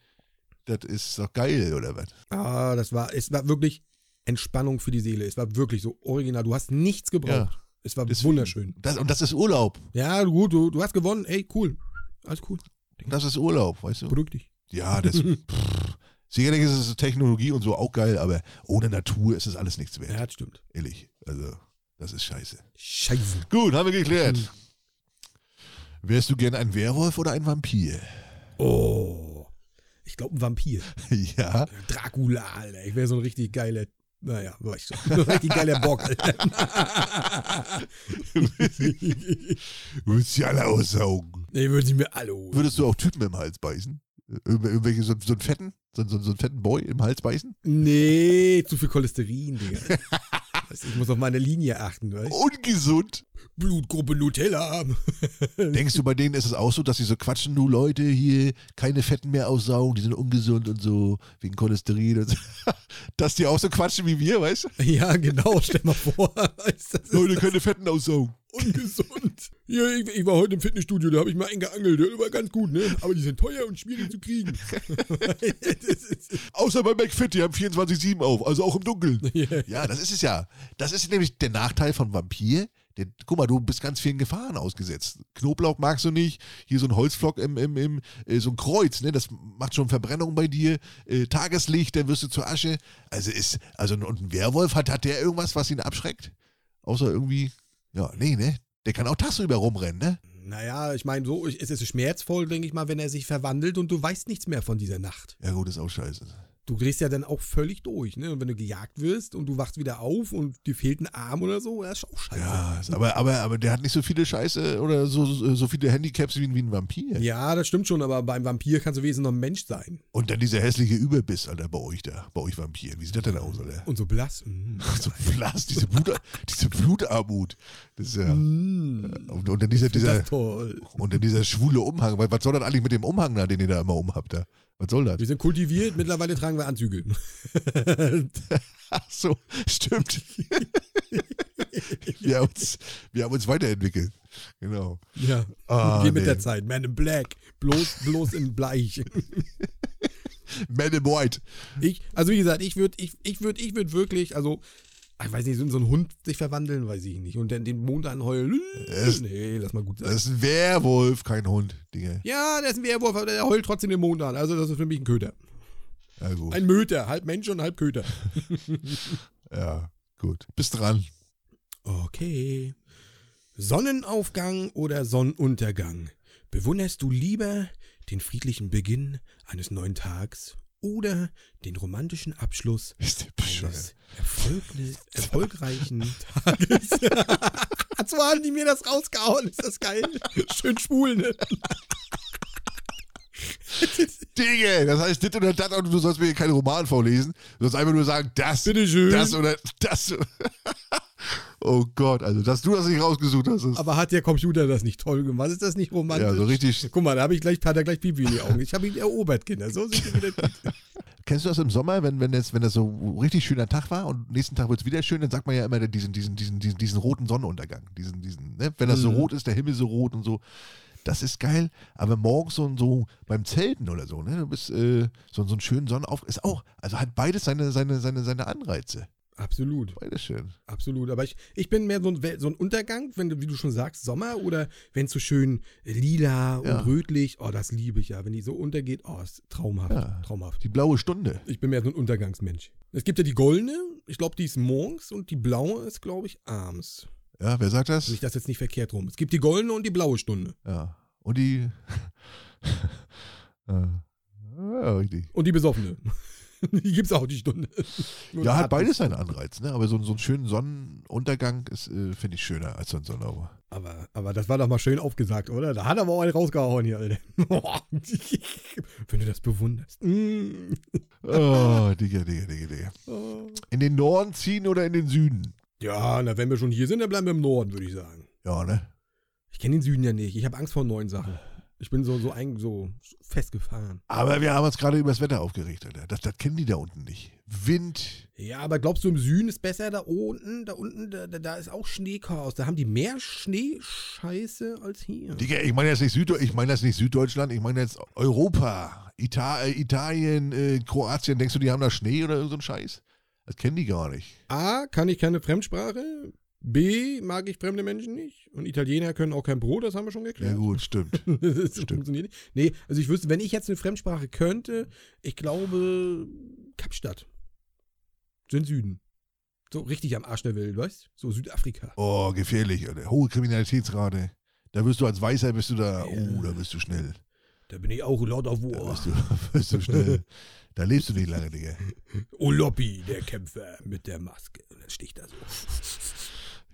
A: Das ist doch geil, oder was?
C: Ah, das war, es war wirklich Entspannung für die Seele. Es war wirklich so original. Du hast nichts gebraucht. es war
A: deswegen.
C: wunderschön.
A: Das, und das ist Urlaub.
C: Ja, gut, du, du hast gewonnen. Ey, cool. Alles cool.
A: Das ist Urlaub, weißt du?
C: Beruhig dich.
A: Ja,
C: [LAUGHS]
A: das. pff, sicherlich ist es Technologie und so auch geil, aber ohne Natur ist es alles nichts wert.
C: Ja, das stimmt.
A: Ehrlich. Also, das ist scheiße.
C: Scheiße.
A: Gut, haben wir geklärt. Wärst du gern ein Werwolf oder ein Vampir? [LAUGHS]
C: Oh. Ich glaube, ein Vampir.
A: ja.
C: Dracula, Alter. Ich wäre so ein richtig geiler. Naja, weißt du. [LAUGHS] So ein richtig geiler Bock, [LAUGHS] Alter.
A: Du willst sie alle aussaugen.
C: ich würde sie mir alle holen.
A: Würdest du auch Typen im Hals beißen? Irgendw- Irgendwelche, so, so einen fetten, so, so, so einen fetten Boy im Hals beißen?
C: Nee, zu viel Cholesterin, Digga. Weißt du, Ich muss auf meine Linie achten, weißt du?
A: Ungesund.
C: Blutgruppe Nutella.
A: Denkst du, bei denen ist es auch so, dass sie so quatschen, du Leute hier, keine Fetten mehr aussaugen, die sind ungesund und so, wegen Cholesterin und so. [LAUGHS] Dass die auch so quatschen wie wir, weißt du?
C: ja, genau, stell mal vor. Weißt du, das ist
A: Leute, keine Fetten aussaugen.
C: ungesund. Ja, ich, ich war heute im Fitnessstudio, da habe ich mal einen geangelt. Der war ganz gut, ne? Aber die sind teuer und schwierig zu [LAUGHS] kriegen. das ist,
A: Außer bei McFit, die haben 24-7 auf, also auch im Dunkeln. Ja, das ist es ja. Das ist nämlich der Nachteil von Vampir. Der, guck mal, du bist ganz vielen Gefahren ausgesetzt. Knoblauch magst du nicht. Hier so ein Holzflock im, im, im äh, so ein Kreuz, ne? Das macht schon Verbrennung bei dir. Äh, Tageslicht, dann wirst du zur Asche. Also ist, also ein- und ein Werwolf hat, hat der irgendwas, was ihn abschreckt? Außer irgendwie, ja, nee, ne? Der kann auch tagsüber rumrennen, ne?
C: Naja, ich meine, so ist es ist schmerzvoll, denke ich mal, wenn er sich verwandelt und du weißt nichts mehr von dieser Nacht.
A: Ja, gut, ist auch scheiße.
C: Du drehst ja dann auch völlig durch, ne? Und wenn du gejagt wirst und du wachst wieder auf und dir fehlt ein Arm oder so, das ist auch scheiße.
A: Ja, ist- aber, aber, aber der hat nicht so viele Scheiße oder so, so so viele Handicaps wie, ein- wie ein Vampir.
C: Ja, das stimmt schon, aber beim Vampir kannst du wenigstens noch ein Mensch sein.
A: Und dann dieser hässliche Überbiss, Alter, bei euch da, bei euch Vampiren. Wie sieht das denn aus, Alter? [LAUGHS]
C: Und so blass. Mm.
A: So blass, diese, Blut, diese Blutarmut. Das ist ja. Und, und dann dieser,
C: das
A: dieser,
C: ist toll.
A: und dann dieser schwule Umhang. Was, was soll das eigentlich mit dem Umhang da, den ihr da immer umhabt? Da? Was soll das? [LAUGHS]
C: Wir sind kultiviert, mittlerweile tragen wir Anzüge. [LAUGHS]
A: Ach so, stimmt. [LAUGHS] wir, haben uns, wir haben uns weiterentwickelt. Genau.
C: ja.
A: Ah,
C: Geh mit
A: nee.
C: der Zeit. Man in Black. Bloß, bloß in Bleich.
A: Men in White.
C: Ich, also wie gesagt, ich würde, ich, ich würde, ich würde wirklich, also, ich weiß nicht, so in so einen Hund sich verwandeln, weiß ich nicht. Und dann den Mond anheulen.
A: Es-
C: Nee, lass mal gut sein.
A: Das ist ein Werwolf, kein Hund, Dinge.
C: Ja, der ist ein Werwolf, aber der heult trotzdem den Mond an. Also das ist für mich ein Köter.
A: Ja, gut.
C: Ein Möter, halb Mensch und halb Köter.
A: Ja, gut. Bist dran.
C: Okay. Sonnenaufgang oder Sonnenuntergang? Bewunderst du lieber den friedlichen Beginn eines neuen Tags oder den romantischen Abschluss
A: Bist du
C: eines
A: [LAUGHS]
C: erfolgni- erfolgreichen [LAUGHS] Tages? so haben die mir das rausgehauen. Ist das geil? Schön schwul, ne?
A: Dinge. Das heißt, dit oder dat, und du sollst mir hier keinen Roman vorlesen. Du sollst einfach nur sagen, das,
C: Bitteschön.
A: das oder das. [LAUGHS] oh Gott, also, dass du das nicht rausgesucht hast. Ist,
C: Aber hat der Computer das nicht toll gemacht? Ist das nicht romantisch?
A: ja, so richtig.
C: Guck mal, da habe ich gleich, hat er gleich Pipi in die Augen. Ich habe ihn erobert, Kinder. So sind die wieder.
A: Kennst du das im Sommer, wenn, wenn, das, wenn das so ein richtig schöner Tag war und nächsten Tag wird es wieder schön, dann sagt man ja immer diesen, diesen, diesen, diesen, diesen roten Sonnenuntergang. Diesen, diesen, ne? Wenn das so
C: Mhm.
A: rot ist, der Himmel so rot und so. Das ist geil, aber morgens so, so beim Zelten oder so, ne? Du bist äh, so, so einen schönen Sonnenaufgang. Ist auch, also hat beides seine, seine, seine, seine Anreize.
C: Absolut,
A: Beides schön.
C: absolut. Aber ich, ich bin mehr so ein, Wel- so ein Untergang, wenn du, wie du schon sagst, Sommer oder wenn es so schön
A: Ja.
C: lila und rötlich, oh, das liebe ich ja. Wenn die so untergeht, oh, ist traumhaft,
A: Ja.
C: traumhaft.
A: Die blaue Stunde.
C: Ich bin mehr so ein Untergangsmensch. Es gibt ja die goldene, ich glaube, die ist morgens und die blaue ist, glaube ich, abends.
A: Ja, wer sagt
C: Wenn ich
A: das?
C: das jetzt nicht verkehrt rum. Es gibt die goldene und die blaue Stunde.
A: Ja. Und die. [LAUGHS] ja, ja, richtig.
C: Und die besoffene. [LAUGHS] die gibt's auch, die Stunde. Nur
A: Ja,
C: eine
A: hat
C: Art-
A: beides seinen Anreiz, ne? Aber so, so einen schönen Sonnenuntergang ist, äh, finde ich, schöner als so ein Sonnenauer.
C: [LAUGHS] Aber, aber das war doch mal schön aufgesagt, oder? Da hat er aber auch einen rausgehauen hier, Alter. [LAUGHS] Wenn du das bewunderst. Mm.
A: Oh, Digga, Digga, Digga, Digga.
C: Oh.
A: In den Norden ziehen oder in den Süden?
C: Ja, na, wenn wir schon hier sind, dann bleiben wir im Norden, würde ich sagen.
A: Ja, ne?
C: Ich kenne den Süden ja nicht. Ich habe Angst vor neuen Sachen. Ich bin so, so, ein, so festgefahren.
A: Aber wir haben uns gerade über das Wetter aufgeregt, Alter. Das, das kennen die da unten nicht. Wind.
C: Ja, aber glaubst du, im Süden ist besser da unten? Da unten, da, da, da ist auch Schneechaos. Da haben die mehr Schneescheiße als hier.
A: Digga, ich meine jetzt nicht Süd ich meine jetzt nicht Süddeutschland, ich meine jetzt Europa. Ita äh, Italien, äh, Kroatien, denkst du, die haben da Schnee oder irgend so einen Scheiß? Das kennen die gar nicht.
C: A, kann ich keine Fremdsprache. B, mag ich fremde Menschen nicht. Und Italiener können auch kein Brot, das haben wir schon
A: Ja,
C: geklärt.
A: gut, stimmt.
C: [LAUGHS] das
A: Stimmt.
C: funktioniert nicht. Nee, also ich wüsste, wenn ich jetzt eine Fremdsprache könnte, ich glaube Kapstadt. So im Süden. So richtig am Arsch der Welt, weißt So Südafrika.
A: Oh, gefährlich, Alter. Hohe Kriminalitätsrate. Da wirst du als Weißer, bist du da, oh,
C: Ja.
A: da bist du schnell. [LAUGHS]
C: Da bin ich auch lauter
A: Da
C: Wurst.
A: bist du, da bist du schnell. Da lebst du nicht lange, Digga.
C: Oloppi, der Kämpfer mit der Maske. Und dann sticht er so.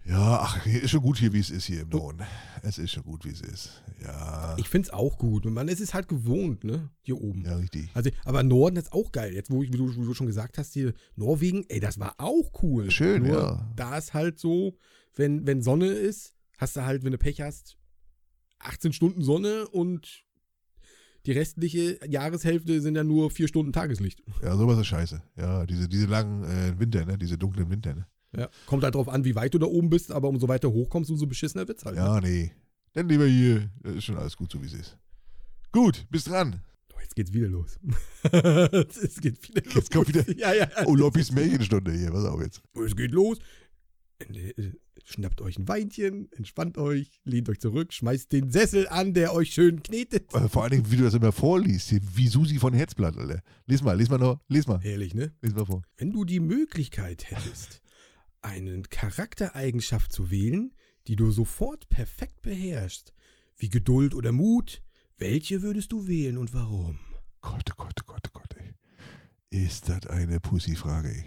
A: Ja, ach, hier ist schon gut hier, wie es ist hier im Norden. Es ist schon gut, wie es ist. Ja,
C: Ich find's auch gut. Und man ist es halt gewohnt, ne? Hier oben.
A: ja, richtig.
C: Also, aber Norden ist auch geil. Jetzt, wo ich, wie du, wie du schon gesagt hast, hier Norwegen, ey, das war auch cool.
A: Schön,
C: Nur,
A: ja.
C: Da ist halt so, wenn, wenn Sonne ist, hast du halt, wenn du Pech hast, 18 Stunden Sonne und die restliche Jahreshälfte sind ja nur vier Stunden Tageslicht.
A: Ja, sowas ist scheiße. Ja, diese, diese langen äh, Winter, ne? diese dunklen Winter. Ne?
C: Ja. Kommt halt drauf an, wie weit du da oben bist, aber umso weiter hochkommst, umso beschissener wird's halt. ne?
A: Ja, nee. Dann lieber hier. Da ist schon alles gut, so wie es ist. Gut, bist dran.
C: Oh, jetzt geht's wieder los. [LAUGHS] es geht wieder los.
A: Jetzt kommt wieder
C: [LAUGHS] Ja, ja, ja.
A: Oh, Lobbys Märchenstunde hier. Pass auf jetzt.
C: Es geht los. Nee, äh, schnappt euch ein Weinchen, entspannt euch, lehnt euch zurück, schmeißt den Sessel an, der euch schön knetet.
A: Äh, Vor allen Dingen, wie du das immer vorliest, hier, wie Susi von Herzblatt, Alter. Lies mal, lies mal noch, lies mal,
C: Ehrlich, ne?
A: lies mal vor.
C: Wenn du die Möglichkeit hättest, eine Charaktereigenschaft zu wählen, die du sofort perfekt beherrschst, wie Geduld oder Mut, welche würdest du wählen und warum?
A: Gott, oh Gott, oh Gott, oh Gott, ey. Ist das eine Pussy-Frage, ey.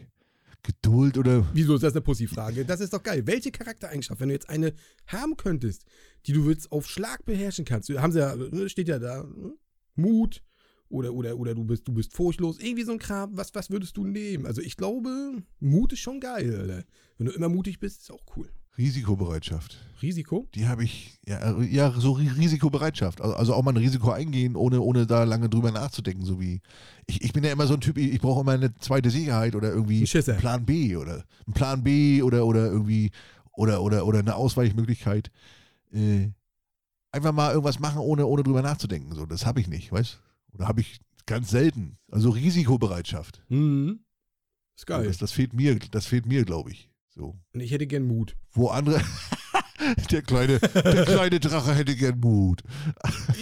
A: Geduld oder...
C: Wieso ist das eine Pussy-Frage? Das ist doch geil. Welche Charaktereigenschaft, wenn du jetzt eine haben könntest, die du jetzt auf Schlag beherrschen kannst? Haben sie ja, ne, steht ja da, ne? Mut oder, oder, oder du bist, du bist furchtlos, irgendwie so ein Kram. Was, was würdest du nehmen? Also ich glaube, Mut ist schon geil, Alter. Wenn du immer mutig bist, ist auch cool.
A: Risikobereitschaft.
C: Risiko?
A: Die habe ich, ja, äh, ja, so Ri- Risikobereitschaft. Also, also auch mal ein Risiko eingehen, ohne, ohne da lange drüber nachzudenken. So wie, ich, ich bin ja immer so ein Typ, ich, ich brauche immer eine zweite Sicherheit oder irgendwie
C: Ein Schisser.
A: Äh, Plan B oder ein Plan B oder, oder irgendwie, oder, oder, oder eine Ausweichmöglichkeit. Äh, einfach mal irgendwas machen, ohne, ohne drüber nachzudenken. So, das habe ich nicht, weißt Oder habe ich ganz selten. Also Risikobereitschaft.
C: Mhm. Ist geil.
A: Das, das fehlt mir, das fehlt mir, glaube ich. So.
C: Und ich hätte gern Mut.
A: Wo andere. [LAUGHS] Der kleine, der kleine Drache hätte gern Mut.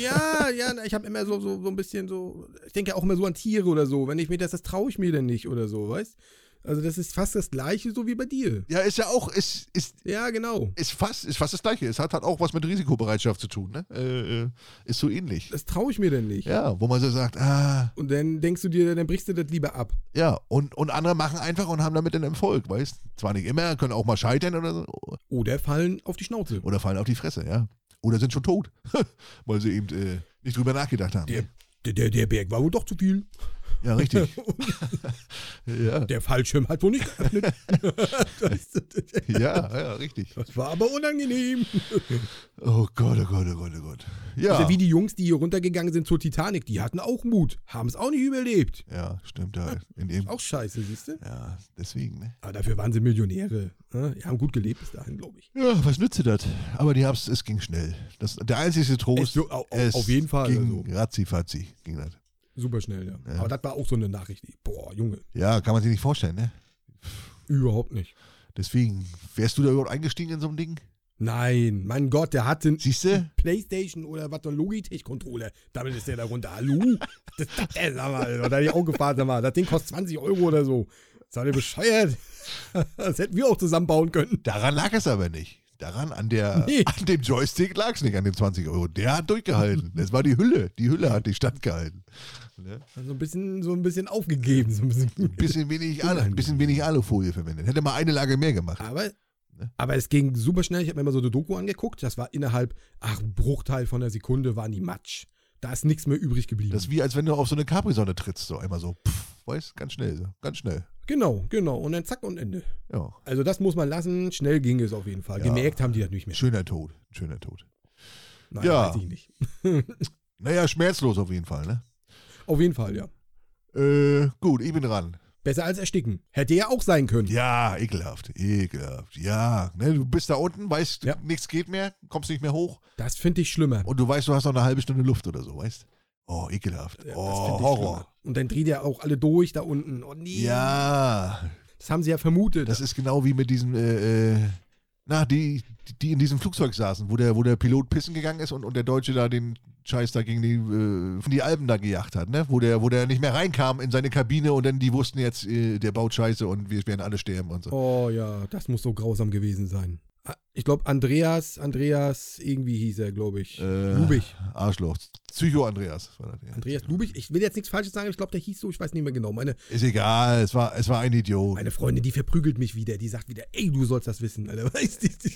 C: Ja, ja, na, ich habe immer so, so, so ein bisschen so, ich denke auch immer so an Tiere oder so. Wenn ich mir das, das traue ich mir denn nicht oder so, weißt? Also das ist fast das gleiche so wie bei dir.
A: Ja, ist ja auch, ist, ist,
C: Ja, genau.
A: ist, fast, ist fast das Gleiche. Es hat halt auch was mit Risikobereitschaft zu tun. Ne? Äh, äh, ist so ähnlich.
C: Das traue ich mir denn nicht.
A: Ja, wo man so sagt, ah,
C: Und dann denkst du dir, dann brichst du das lieber ab.
A: ja, und, und andere machen einfach und haben damit einen Erfolg, weißt Zwar nicht immer, können auch mal scheitern oder so,
C: Oder fallen auf die Schnauze.
A: oder fallen auf die Fresse, ja. Oder sind schon tot, [LAUGHS] weil sie eben äh, nicht drüber nachgedacht haben.
C: Der, der, der, der Berg war wohl doch zu viel.
A: Ja,
C: [LAUGHS]
A: richtig. [LAUGHS] ja,
C: Der Fallschirm hat wohl nicht geöffnet. Weißt du,
A: ja, ja, richtig.
C: das war aber unangenehm.
A: Oh Gott, oh Gott, oh Gott, oh Gott. Ja,
C: Also wie die Jungs, die hier runtergegangen sind zur Titanic, die hatten auch Mut, haben es auch nicht überlebt.
A: ja stimmt halt. In dem,
C: Auch scheiße, siehst du?
A: ja, deswegen, ne?
C: Aber dafür waren sie Millionäre. ne? Die haben gut gelebt bis dahin, glaube ich.
A: Ja, was nützt dir das? Aber die Herbst, es ging schnell. Das, der einzige Trost.
C: Es- au- au- auf jeden Fall,
A: Ging
C: also.
A: ratzi ging das.
C: Super schnell, ja. Aber das war auch so eine Nachricht. die- Boah, Junge,
A: Ja, kann man sich nicht vorstellen, ne?
C: überhaupt nicht.
A: Deswegen, wärst du da überhaupt eingestiegen in so ein Ding?
C: Nein, mein Gott, der hatte einen
A: Siehst du?
C: Playstation oder was, so einen Logitech-Controller. Damit ist der da runter. Hallo? Das, das, ey, sag mal, da hätte ich auch gefahren, sag mal. Das Ding kostet 20 Euro oder so. Seid ihr bescheuert? [LAUGHS] Das hätten wir auch zusammenbauen können.
A: Daran lag es aber nicht. Daran, an der,
C: Nee.
A: [LAUGHS] an dem Joystick lag es nicht, an dem 20 Euro. Der hat durchgehalten. Das war die Hülle. Die Hülle hat dich standgehalten.
C: So ein bisschen, so ein bisschen aufgegeben. So ein bisschen.
A: Bisschen wenig, Alu, ein bisschen wenig Alufolie verwendet. Hätte mal eine Lage mehr gemacht.
C: Aber,
A: Ne?
C: aber es ging super schnell. Ich habe mir mal so eine Doku angeguckt. Das war innerhalb, ach, ein Bruchteil von einer Sekunde waren die Matsch. Da ist nichts mehr übrig geblieben.
A: Das ist wie, als wenn du auf so eine Capri-Sonne trittst. So einmal so, pff, weißt, ganz schnell. So, ganz schnell.
C: genau, genau. Und dann zack und Ende.
A: Ja.
C: Also das muss man lassen. Schnell ging es auf jeden Fall.
A: Ja.
C: Gemerkt haben die das nicht mehr.
A: Schöner Tod. Schöner Tod.
C: Nein,
A: Ja.
C: weiß ich nicht.
A: Naja, schmerzlos auf jeden Fall, ne?
C: Auf jeden Fall, ja.
A: Äh, gut, ich bin dran.
C: Besser als ersticken. Hätte ja auch sein können.
A: Ja, ekelhaft, ekelhaft. Ja, ne, du bist da unten, weißt,
C: Ja.
A: nichts geht mehr, kommst nicht mehr hoch
C: Das finde ich schlimmer.
A: und du weißt, du hast noch eine halbe Stunde Luft oder so, weißt? Oh, ekelhaft.
C: Ja, das
A: oh,
C: find ich
A: Horror.
C: schlimmer. Und dann dreht ja auch alle durch da unten. Oh nee.
A: Ja,
C: Das haben sie ja vermutet.
A: das ist genau wie mit diesem, äh, äh, na, die, die in diesem Flugzeug saßen, wo der, wo der Pilot pissen gegangen ist und, und der Deutsche da den Scheiß da gegen die, äh, die Alben da gejagt hat, ne? Wo der, wo der nicht mehr reinkam in seine Kabine und dann die wussten jetzt, äh, der baut Scheiße und wir werden alle sterben und so.
C: Oh ja, das muss so grausam gewesen sein. Ah, Ich glaube, Andreas, Andreas, irgendwie hieß er, glaube ich.
A: Äh,
C: Lubich.
A: Arschloch. Psycho Andreas. war das, ja.
C: Andreas Lubich. Ich will jetzt nichts Falsches sagen, ich glaube, der hieß so, ich weiß nicht mehr genau. Meine,
A: Ist egal, es war, es war ein Idiot.
C: meine Freundin, die verprügelt mich wieder. Die sagt wieder, ey, du sollst das wissen. [LAUGHS] Alter, weißt du?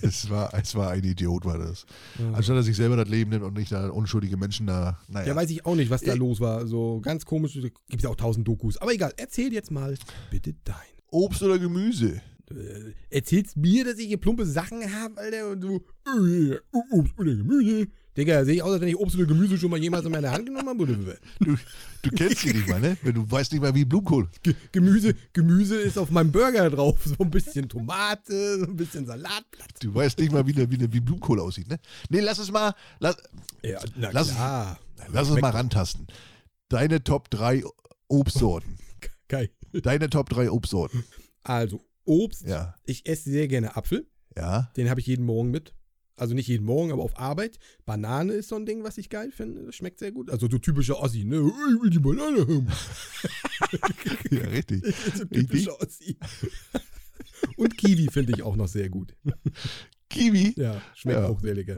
A: Es war, es war ein Idiot, war das. Anstatt dass sich selber das Leben nimmt und nicht da unschuldige Menschen da. Naja.
C: Ja, weiß ich auch nicht, was da los war. So ganz komisch. Gibt es auch tausend Dokus. Aber egal, erzähl jetzt mal bitte dein.
A: Obst oder Gemüse?
C: äh, erzählst mir, dass ich hier plumpe Sachen habe, Alter, und du, äh, Obst oder Gemüse. Digga, sehe ich aus, als wenn ich Obst oder Gemüse schon mal jemals in meine Hand genommen habe.
A: Du, du kennst sie nicht mal, ne? Wenn du weißt nicht mal, wie Blumenkohl.
C: Ge Gemüse, Gemüse ist auf meinem Burger drauf. So ein bisschen Tomate, so ein bisschen Salatblatt.
A: Du weißt nicht mal, wie, der- wie, der- wie Blumenkohl aussieht, ne? Nee, lass es mal, lass,
C: Ja, na
A: Lass-
C: klar.
A: lass es mal rantasten. Deine Top 3 Obstsorten.
C: Geil.
A: Deine Top 3 Obstsorten.
C: Also, Obst.
A: Ja.
C: Ich esse sehr gerne Apfel.
A: Ja.
C: Den habe ich jeden Morgen mit. Also nicht jeden Morgen, aber auf Arbeit. Banane ist so ein Ding, was ich geil finde. Das schmeckt sehr gut. Also so typischer Ossi, ne? [LAUGHS] Ich will die Banane [LAUGHS] haben.
A: ja, [LAUGHS] richtig.
C: so typischer Ossi. [LAUGHS] Und Kiwi finde ich auch noch sehr gut.
A: Kiwi.
C: Ja, schmeckt
A: Ja.
C: auch sehr lecker.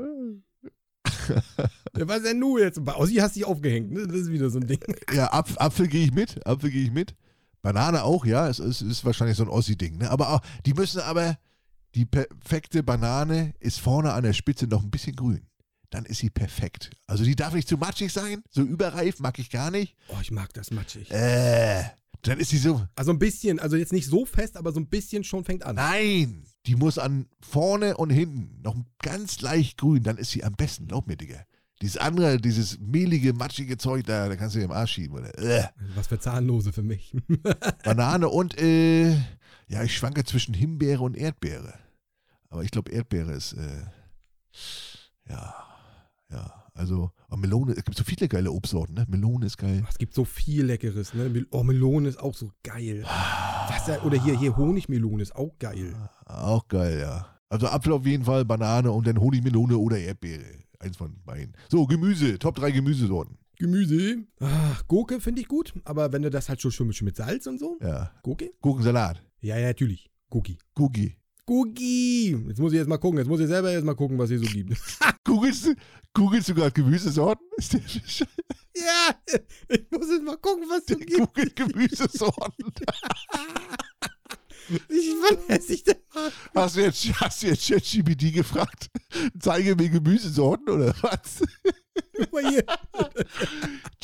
C: Ja, Was denn nun jetzt? Bei Ossi hast du dich aufgehängt, ne? Das ist wieder so ein Ding.
A: Ja, Apf Apfel gehe ich mit. Apfel gehe ich mit. Banane auch, ja. Es, es ist wahrscheinlich so ein Ossi-Ding. Ne? Aber auch, die müssen aber, die perfekte Banane ist vorne an der Spitze noch ein bisschen grün. Dann ist sie perfekt. Also die darf nicht zu matschig sein. So überreif mag ich gar nicht.
C: Oh, ich mag das matschig.
A: Äh, dann ist sie so,
C: Also ein bisschen, also jetzt nicht so fest, aber so ein bisschen schon fängt an.
A: nein. Die muss an vorne und hinten noch ganz leicht grün. Dann ist sie am besten. Glaub mir, Digga. Dieses andere, dieses mehlige, matschige Zeug da, da kannst du dir im Arsch schieben. Oder? Äh.
C: Was für Zahnlose für mich. [LAUGHS]
A: Banane und äh, ja, ich schwanke zwischen Himbeere und Erdbeere. Aber ich glaube, Erdbeere ist äh, ja, ja. Also und Melone, es gibt so viele geile Obstsorten, ne? Melone ist geil.
C: Es gibt so viel Leckeres, ne? Mel- Oh, Melone ist auch so geil. Wasser, oder hier, hier Honigmelone ist auch geil.
A: Auch geil, ja. Also Apfel auf jeden Fall, Banane und dann Honigmelone oder Erdbeere. Eins von beiden. So, Gemüse, Top 3 Gemüsesorten.
C: Gemüse. Ah, Gurke finde ich gut, aber wenn du das halt schon schön mit, mit Salz und so.
A: Ja.
C: Gurke?
A: Gurkensalat.
C: Ja, ja, natürlich. Gurki.
A: Gugi.
C: Gurki! Jetzt muss ich jetzt mal gucken, jetzt muss ich selber jetzt mal gucken, was hier so gibt.
A: Googelst du, googelst du gerade Gemüsesorten? Ist der
C: ja! Ich muss jetzt mal gucken, was so gibt.
A: Google Gemüsesorten.
C: Ich verlässt sich denn mal.
A: Hast du jetzt, hast du jetzt ChatGPT gefragt? Zeige mir Gemüsesorten oder was?
C: Guck mal hier.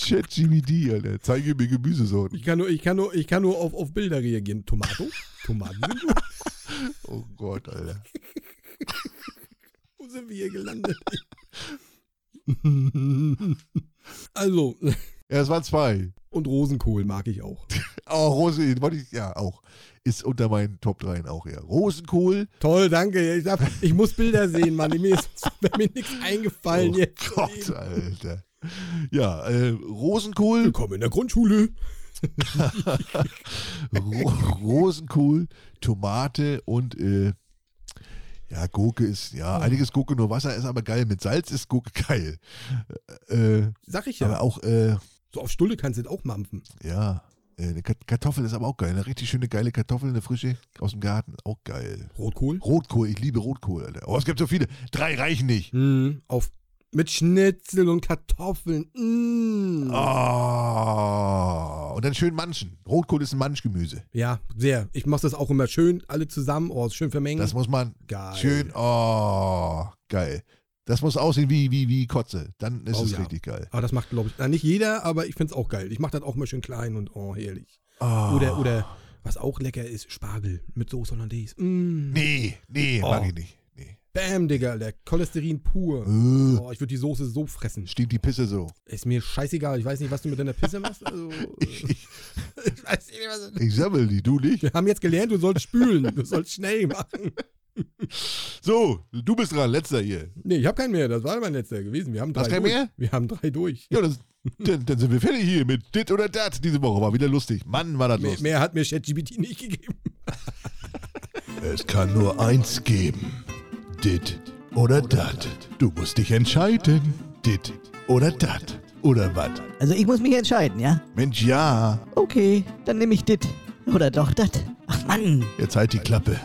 A: ChatGPT, Alter. Zeige mir Gemüsesorten.
C: Ich kann nur, ich kann nur, ich kann nur auf, auf Bilder reagieren. Tomato? Tomaten sind gut.
A: Oh Gott, Alter.
C: Wo sind wir hier gelandet? [LAUGHS] also,
A: Ja, es waren zwei.
C: und Rosenkohl mag ich auch.
A: Oh, Rosen, wollte ich, ja, auch. Ist unter meinen Top 3 auch, ja. Rosenkohl.
C: Toll, danke. Ich, darf, ich muss Bilder sehen, Mann. Mir ist [LAUGHS] bei mir nichts eingefallen
A: oh
C: jetzt.
A: Gott, Alter. Ja, äh, Rosenkohl,
C: Willkommen in der Grundschule.
A: Ro Rosenkohl, Tomate und, äh, ja, Gurke ist, ja,
C: Hm.
A: einiges Gurke, nur Wasser ist aber geil. Mit Salz ist Gurke geil. Äh,
C: Sag ich
A: aber
C: ja.
A: auch, äh,
C: So auf Stulle kannst du jetzt auch mampfen.
A: Ja. äh, Eine Kat- Kartoffel ist aber auch geil. Eine richtig schöne, geile Kartoffel, eine frische aus dem Garten. Auch geil.
C: Rotkohl.
A: Rotkohl, ich liebe Rotkohl, Alter. Oh, es gibt so viele. Drei reichen nicht.
C: Mhm. Auf mit Schnitzel und Kartoffeln. Mhm.
A: Ah. Oh. Und dann schön manchen. Rotkohl ist ein Manschgemüse.
C: Ja, sehr. Ich mache das auch immer schön, alle zusammen. Oh, schön vermengen.
A: Das muss man
C: Geil.
A: schön. Oh, geil. Das muss aussehen wie, wie, wie Kotze. Dann ist
C: Oh
A: es
C: ja.
A: richtig geil.
C: Aber das macht, glaube ich, na, nicht jeder, aber ich finde es auch geil. Ich mache das auch mal schön klein und oh, herrlich.
A: Oh.
C: Oder, oder was auch lecker ist, Spargel mit Soße Hollandaise. Mm.
A: Nee, nee,
C: Oh.
A: mag ich nicht. Nee.
C: Bam, Digga, der Cholesterin pur.
A: Äh,
C: Oh, ich würde die Soße so fressen.
A: stinkt die Pisse so.
C: Ist mir scheißegal. Ich weiß nicht, was du mit deiner Pisse machst.
A: [LAUGHS]
C: Also, äh,
A: Ich,
C: ich weiß nicht, was du-
A: ich sammle die, du nicht?
C: Wir haben jetzt gelernt, du sollst spülen. Du sollst schnell machen.
A: So, du bist dran, letzter hier.
C: Nee, ich habe keinen mehr. Das war mein letzter gewesen. Wir haben drei
A: Hast keinen
C: durch.
A: mehr?
C: Wir haben drei durch.
A: Ja, das, dann, dann sind wir fertig hier mit Dit oder Dat. Diese Woche war wieder lustig. Mann, war das
C: Mehr,
A: lustig.
C: mehr hat mir ChatGPT nicht gegeben.
A: Es kann nur eins geben. Dit oder Dat. Du musst dich entscheiden. Dit oder Dat. Oder wat?
D: Also ich muss mich entscheiden, ja?
A: Mensch, ja.
D: Okay, dann nehme ich dit. Oder doch dat. Ach Mann.
A: Jetzt halt die Klappe.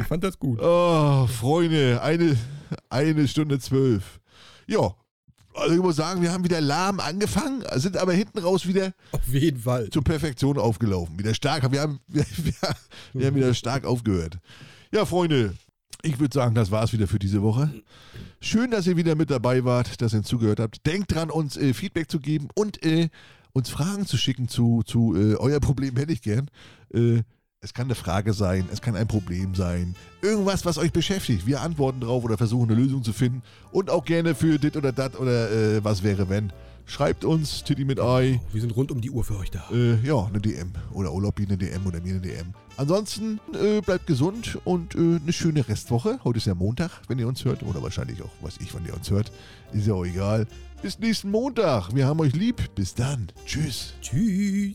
C: Ich fand das gut.
A: Oh, Freunde, eine, eine Stunde zwölf. Ja, also ich muss sagen, wir haben wieder lahm angefangen, sind aber hinten raus wieder
C: Auf jeden Fall.
A: zur Perfektion aufgelaufen. Wieder stark. Wir haben, [LAUGHS] wir, wir, wir haben wieder stark aufgehört. Ja, Freunde, ich würde sagen, das war's wieder für diese Woche. Schön, dass ihr wieder mit dabei wart, dass ihr uns zugehört habt. Denkt dran, uns äh, Feedback zu geben und äh, uns Fragen zu schicken zu, zu äh, euer Problem hätte ich gern. Äh, es kann eine Frage sein, es kann ein Problem sein, irgendwas, was euch beschäftigt. Wir antworten drauf oder versuchen eine Lösung zu finden. Und auch gerne für dit oder dat oder äh, was wäre wenn. Schreibt uns, Titty mit Ei.
C: Wir sind rund um die Uhr für euch da.
A: Äh, ja, eine DM. Oder Urlaub eine DM oder mir eine DM. Ansonsten äh, bleibt gesund und äh, eine schöne Restwoche. Heute ist ja Montag, wenn ihr uns hört. Oder wahrscheinlich auch, weiß ich, wann ihr uns hört. Ist ja auch egal. Bis nächsten Montag. Wir haben euch lieb. Bis dann. Tschüss.
C: Tschüss.